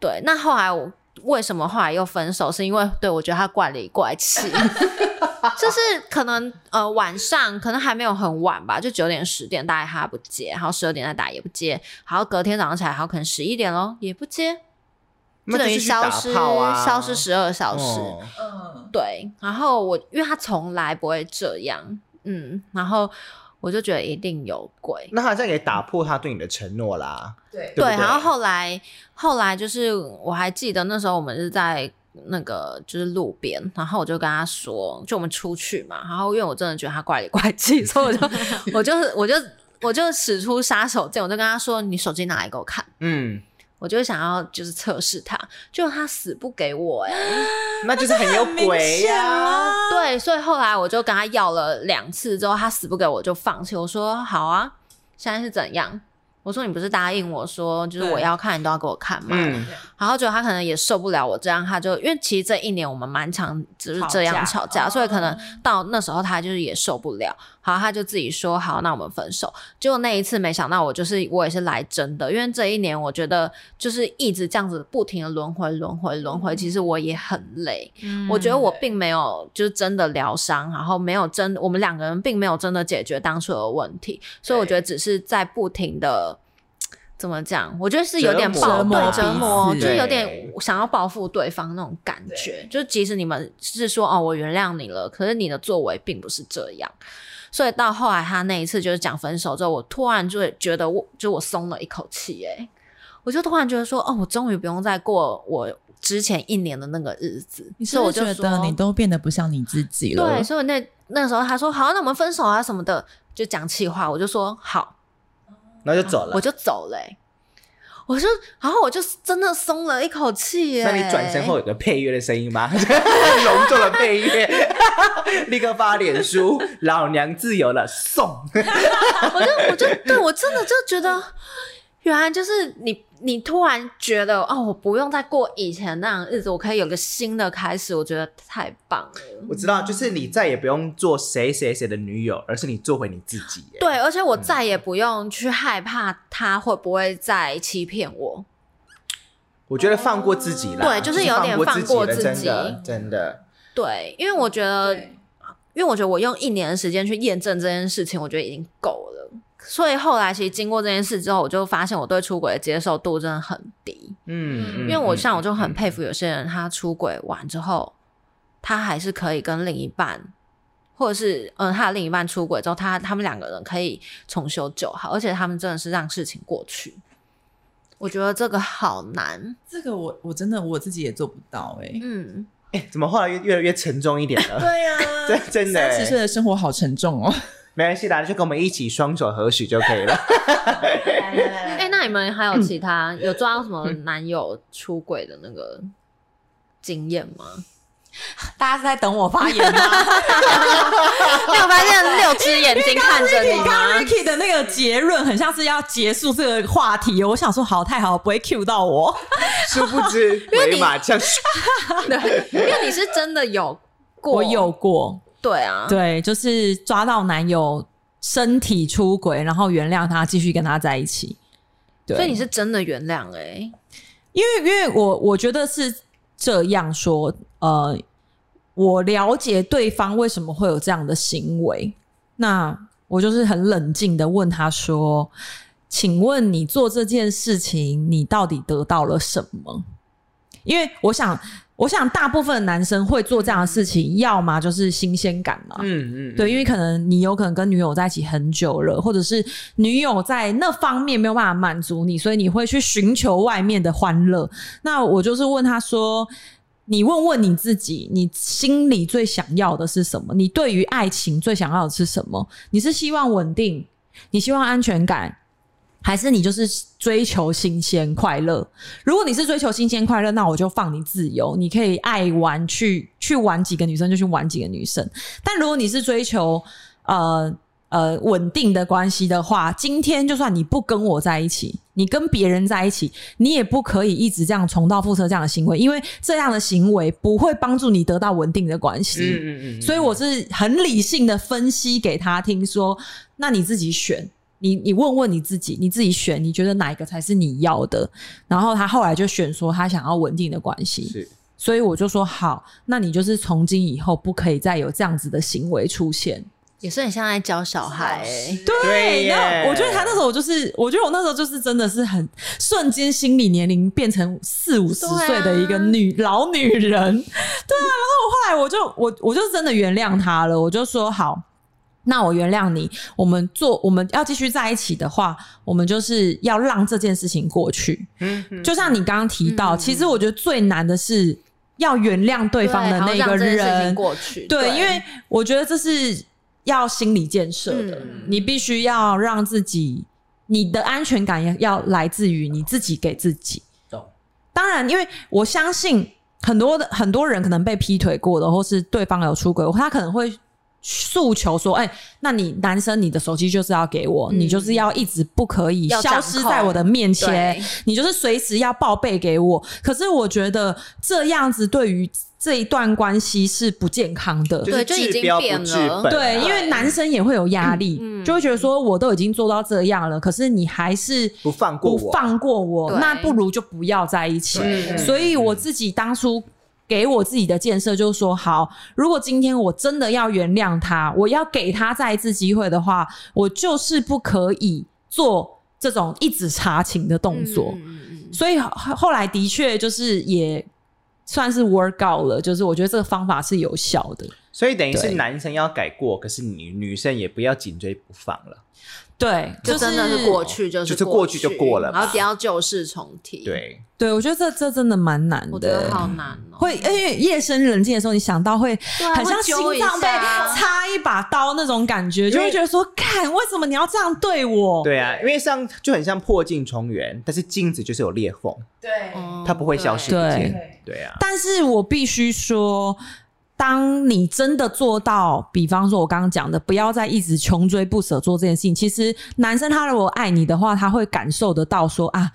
Speaker 2: 对，那后来我为什么后来又分手？是因为对我觉得他怪里怪 气，就是可能呃晚上可能还没有很晚吧，就九点十点大概他不接，然后十二点再打也不接，然后隔天早上起来，然后可能十一点咯也不接，
Speaker 1: 那
Speaker 2: 等
Speaker 1: 就
Speaker 2: 于
Speaker 1: 去
Speaker 2: 消
Speaker 1: 打
Speaker 2: 失、
Speaker 1: 炮啊，
Speaker 2: 消失十二小时。
Speaker 1: 哦
Speaker 4: 嗯，
Speaker 2: 对，然后我因为他从来不会这样，嗯，然后我就觉得一定有鬼，
Speaker 1: 那他这样也打破他对你的承诺啦，
Speaker 4: 对
Speaker 1: 对不对
Speaker 2: 然后后来后来就是我还记得那时候我们是在那个就是路边，然后我就跟他说，就我们出去嘛，然后因为我真的觉得他怪里怪气，所以我就 我就是我就我就使出杀手锏，我就跟他说，你手机拿来给我看。
Speaker 1: 嗯，
Speaker 2: 我就想要就是测试他，就他死不给我 哎、
Speaker 1: 那就是很有鬼呀，
Speaker 5: 啊，
Speaker 2: 对，所以后来我就跟他要了两次之后，他死不给我就放弃。我说好啊，现在是怎样？我说你不是答应我说就是我
Speaker 5: 对
Speaker 2: 要看你都要给我看吗？
Speaker 1: 嗯，
Speaker 2: 然后就他可能也受不了我这样，他就因为其实这一年我们蛮常就是这样
Speaker 5: 吵
Speaker 2: 吵架，所以可能到那时候他就是也受不了，好，他就自己说好，那我们分手。结果那一次没想到我就是我也是来真的，因为这一年我觉得就是一直这样子不停的轮回轮回轮回，其实我也很累，我觉得我并没有就是真的疗伤，然后没有真我们两个人并没有真的解决当初的问题，所以我觉得只是在不停的。怎么讲？我觉得是有点
Speaker 1: 折
Speaker 2: 暴
Speaker 4: 磨
Speaker 2: 对
Speaker 4: 彼
Speaker 2: 折磨，
Speaker 4: 此
Speaker 2: 就是有
Speaker 1: 对
Speaker 2: 点想要报复对方那种感觉。就即使你们是说哦，我原谅你了，可是你的作为并不是这样。所以到后来他那一次就是讲分手之后，我突然就会觉得我就我松了一口气，哎，我就突然觉得说哦，我终于不用再过我之前一年的那个日子。
Speaker 4: 你是
Speaker 2: 所以
Speaker 4: 不
Speaker 2: 我
Speaker 4: 是
Speaker 2: 就
Speaker 4: 觉得
Speaker 2: 说
Speaker 4: 你都变得不像你自己了？
Speaker 2: 对，所以我那那时候他说好，那我们分手啊什么的，就讲气话，我就说好，
Speaker 1: 然后就走了
Speaker 2: 我。就走了欸、我就，然后我就真的松了一口气耶。
Speaker 1: 那你转身后有个配乐的声音吗？ 隆重的配乐， 立刻发脸书，老娘自由了，送。
Speaker 2: 我就我就对我真的就觉得，原来就是你，你突然觉得哦，我不用再过以前那样的日子，我可以有个新的开始，我觉得太棒了。
Speaker 1: 我知道，就是你再也不用做谁谁谁的女友，而是你做回你自己耶。
Speaker 2: 对，而且我再也不用去害怕他会不会再欺骗我。
Speaker 1: 我觉得放过自己啦，
Speaker 2: 哦对就是有点
Speaker 1: 放过自己了
Speaker 2: 放过自
Speaker 1: 真
Speaker 2: 己
Speaker 1: 的真的。
Speaker 2: 对，因为我觉得，
Speaker 4: 对
Speaker 2: 因为我觉得我用一年的时间去验证这件事情，我觉得已经够了。所以后来其实经过这件事之后，我就发现我对出轨的接受度真的很低。
Speaker 1: 嗯，
Speaker 2: 因为我像
Speaker 1: 上
Speaker 2: 我就很佩服有些人，他出轨完之后，他还是可以跟另一半，或者是嗯他的另一半出轨之后，他他们两个人可以重修旧好，而且他们真的是让事情过去。我觉得这个好难，
Speaker 4: 这个我我真的我自己也做不到哎、
Speaker 2: 嗯，
Speaker 1: 哎，怎么后来越越来越沉重一点了？
Speaker 4: 对呀、
Speaker 1: 真真的
Speaker 4: 三十岁的生活好沉重哦。
Speaker 1: 没关系啦，就跟我们一起双手合十就可 以了。
Speaker 5: 嗯
Speaker 2: 哎、那你们还有其他、有抓到什么男友出轨的那个经验 吗？
Speaker 5: 大家是在等我发言吗？
Speaker 2: 你有发现六只眼睛看着你
Speaker 5: 啊刚刚
Speaker 2: 吗？
Speaker 5: Ricky 的那个结论很像是要结束这个话题哦，我想说好，太好了，不会 Q 到我。
Speaker 1: 殊不知，
Speaker 2: 为你
Speaker 1: 回马枪。
Speaker 2: 对，因为你是真的有过，
Speaker 5: 我有过，
Speaker 2: 对啊，
Speaker 5: 对，就是抓到男友身体出轨，然后原谅他，继续跟他在一起。对，
Speaker 2: 所以你是真的原谅哎、
Speaker 5: 因为因为我我觉得是这样说，呃，我了解对方为什么会有这样的行为，那我就是很冷静的问他说：“请问你做这件事情，你到底得到了什么？”因为我想，我想大部分的男生会做这样的事情，要么就是新鲜感嘛，
Speaker 1: 嗯嗯，
Speaker 5: 对，因为可能你有可能跟女友在一起很久了，或者是女友在那方面没有办法满足你，所以你会去寻求外面的欢乐。那我就是问他说。你问问你自己，你心里最想要的是什么？你对于爱情最想要的是什么？你是希望稳定，你希望安全感，还是你就是追求新鲜快乐？如果你是追求新鲜快乐，那我就放你自由，你可以爱玩去去玩几个女生就去玩几个女生。但如果你是追求呃呃稳定的关系的话，今天就算你不跟我在一起，你跟别人在一起，你也不可以一直这样重蹈覆辙这样的行为，因为这样的行为不会帮助你得到稳定的关系。
Speaker 1: 嗯嗯嗯，
Speaker 5: 所以我是很理性的分析给他听说，那你自己选，你你问问你自己，你自己选，你觉得哪一个才是你要的？然后他后来就选说他想要稳定的关系，
Speaker 1: 是
Speaker 5: 所以我就说好，那你就是从今以后不可以再有这样子的行为出现。
Speaker 2: 也是很像在教小孩、欸，
Speaker 1: 对
Speaker 5: 对，
Speaker 1: 耶
Speaker 5: 那我觉得他那时候我就是，我觉得我那时候就是真的是很瞬间心理年龄变成四五十
Speaker 2: 对啊
Speaker 5: 岁的一个女、老女人，对啊。然后我后来我就我我就真的原谅他了，我就说好。那我原谅你，我们做我们要继续在一起的话，我们就是要让这件事情过去。
Speaker 1: 嗯嗯
Speaker 5: 就像你刚刚提到，
Speaker 2: 嗯
Speaker 5: 其实我觉得最难的是要原谅对方的
Speaker 2: 然后
Speaker 5: 那个
Speaker 2: 让这件事
Speaker 5: 人
Speaker 2: 情，过去，
Speaker 5: 对，因为我觉得这是要心理建设的，
Speaker 2: 嗯
Speaker 5: 你必须要让自己，你的安全感要要来自于你自己给自己。
Speaker 1: 懂
Speaker 5: 当然，因为我相信很多的很多人可能被劈腿过的，或是对方有出轨，他可能会。诉求说：“哎、那你男生，你的手机就是要给我，
Speaker 2: 嗯
Speaker 5: 你就是要一直不可以
Speaker 2: 要掌
Speaker 5: 消
Speaker 2: 控
Speaker 5: 失在我的面前，
Speaker 2: 对
Speaker 5: 你就是随时要报备给我。可是我觉得这样子对于这一段关系是不健康的，
Speaker 1: 就是
Speaker 2: 对就已
Speaker 1: 治
Speaker 2: 经
Speaker 1: 标不
Speaker 2: 变
Speaker 1: 治
Speaker 2: 了
Speaker 1: 本
Speaker 5: 对，
Speaker 1: 啊
Speaker 5: 因为男生也会有压力，
Speaker 2: 嗯嗯
Speaker 5: 就会觉得说我都已经做到这样了，可是你还是
Speaker 1: 不放过
Speaker 5: 不
Speaker 1: 我，
Speaker 5: 放过我，
Speaker 2: 对
Speaker 5: 那不如就不要在一起。
Speaker 1: 嗯
Speaker 5: 所以我自己当初。给我自己的建设就是说，好，如果今天我真的要原谅他，我要给他再一次机会的话，我就是不可以做这种一直查情的动作。
Speaker 2: 嗯嗯嗯嗯
Speaker 5: 所以后后来的确就是也算是 work out 了，就是我觉得这个方法是有效的。
Speaker 1: 所以等于是
Speaker 5: 对
Speaker 1: 男生要改过，可是你女生也不要紧追不放了。
Speaker 5: 对，
Speaker 2: 就真的是过。去就是
Speaker 1: 就是过去就过了嘛
Speaker 2: 然后不要旧事重提。，
Speaker 1: 对，
Speaker 5: 对，我觉得这这真的蛮难
Speaker 2: 我觉
Speaker 5: 的
Speaker 2: 得。好难哦、
Speaker 5: 会，因为夜深人静的时候，你想到会
Speaker 2: 对啊
Speaker 5: 很像
Speaker 2: 会
Speaker 5: 心
Speaker 2: 揪一
Speaker 5: 脏被
Speaker 2: 下啊
Speaker 5: 插一把刀那种感觉，就
Speaker 1: 因
Speaker 5: 会
Speaker 1: 为
Speaker 5: 觉得说，看为什么你要这样对我？
Speaker 1: 对啊，因为像就很像破镜重圆，但是镜子就是有裂缝，
Speaker 4: 对
Speaker 2: 嗯
Speaker 5: 哦
Speaker 1: 它不会消失不
Speaker 2: 对
Speaker 1: 见
Speaker 4: 对。
Speaker 1: 对啊，
Speaker 5: 但是我必须说，当你真的做到，比方说我刚刚讲的，不要再一直穷追不舍做这件事情，其实男生他如果爱你的话，他会感受得到说啊。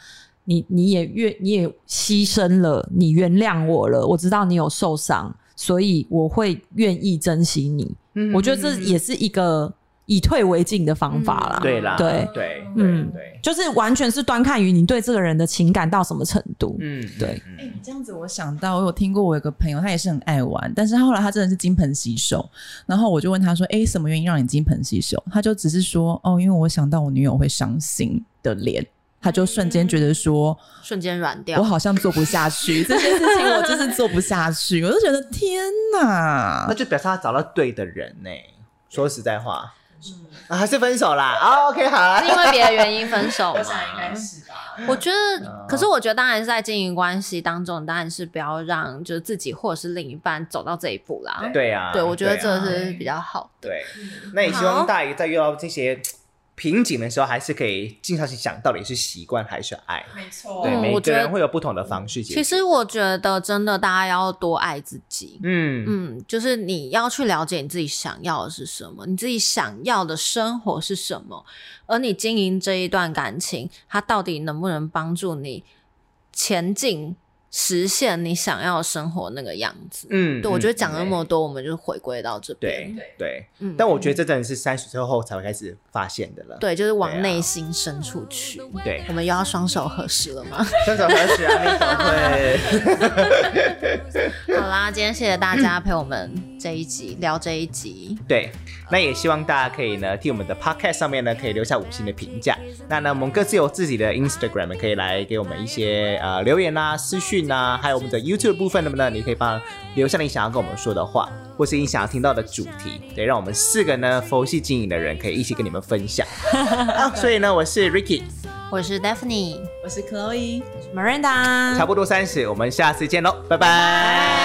Speaker 5: 你你也愿你也牺牲了，你原谅我了，我知道你有受伤，所以我会愿意珍惜你。
Speaker 1: 嗯
Speaker 5: 我觉得这也是啊一个以退为进的方法啦。
Speaker 1: 对啦，
Speaker 5: 对
Speaker 1: 对，
Speaker 5: 嗯
Speaker 1: 嗯，对，
Speaker 5: 就是完全是端看于你对这个人的情感到什么程度。
Speaker 1: 嗯，
Speaker 5: 对
Speaker 1: 嗯，
Speaker 4: 哎、你这样子，我想到我有听过，我有个朋友，他也是很爱玩，但是他后来他真的是金盆洗手。然后我就问他说：“哎、什么原因让你金盆洗手？”他就只是说：“哦，因为我想到我女友会伤心的脸。”他就瞬间觉得说：“
Speaker 2: 瞬间软
Speaker 4: 我
Speaker 2: 掉。
Speaker 4: 好像做不下去，这件事情我就是做不下去。”我就觉得天哪
Speaker 1: 那，就表示他找到对的人呢。说实在话，
Speaker 2: 嗯
Speaker 1: 啊还是分手啦。啊 OK，好啦
Speaker 2: 是。因为别的原因分手吗？
Speaker 4: 是 吧？
Speaker 2: 我觉
Speaker 1: 嗯
Speaker 2: 得，可是我觉得，当然是在经营关系当中，当然是不要让就是自己或者是另一半走到这一步啦。
Speaker 1: 对啊，
Speaker 2: 对，我觉得
Speaker 1: 对啊
Speaker 2: 这是比较好的。
Speaker 1: 对。那也希
Speaker 2: 好
Speaker 1: 望大家在遇到这些瓶颈的时候，还是可以静下心想，到底是习惯还是爱。
Speaker 4: 没错
Speaker 1: 对，
Speaker 2: 嗯
Speaker 1: 每
Speaker 2: 我觉
Speaker 1: 个
Speaker 2: 得
Speaker 1: 人会有不同的方式解决。
Speaker 2: 其实我觉得，真的大家要多爱自己。
Speaker 1: 嗯，
Speaker 2: 嗯，就是你要去了解你自己想要的是什么，你自己想要的生活是什么，而你经营这一段感情，它到底能不能帮助你前进，实现你想要的生活那个样子？
Speaker 1: 嗯
Speaker 2: 对，我觉得讲了
Speaker 1: 了
Speaker 2: 那么多，我们就回归到这边。
Speaker 1: 对对，
Speaker 2: 嗯
Speaker 1: 但我觉得这真的是三十岁后才会开始发现的了。，
Speaker 2: 对，就是往
Speaker 1: 对啊
Speaker 2: 内心深处去。
Speaker 1: 对
Speaker 2: 我们又要双手合十了吗？
Speaker 1: 伸手合十啊，你怎么会？
Speaker 2: 好啦，今天谢谢大家陪我们这一集聊这一集。
Speaker 1: 对，那也希望大家可以呢，替我们的 podcast 上面呢，可以留下五星的评价。那呢，我们各自有自己的 Instagram，可以来给我们一些呃留言啊、私讯啊，还有我们的 YouTube 部分的呢，你可以帮留下你想要跟我们说的话，或是你想要听到的主题，对，让我们四个呢佛系经营的人可以一起跟你们分 享。啊，所以呢，我是 Ricky，
Speaker 2: 我是 Daphne，
Speaker 4: 我是 Chloe。
Speaker 5: Miranda，
Speaker 1: 嗯差不多三十，我们下次见喽，拜拜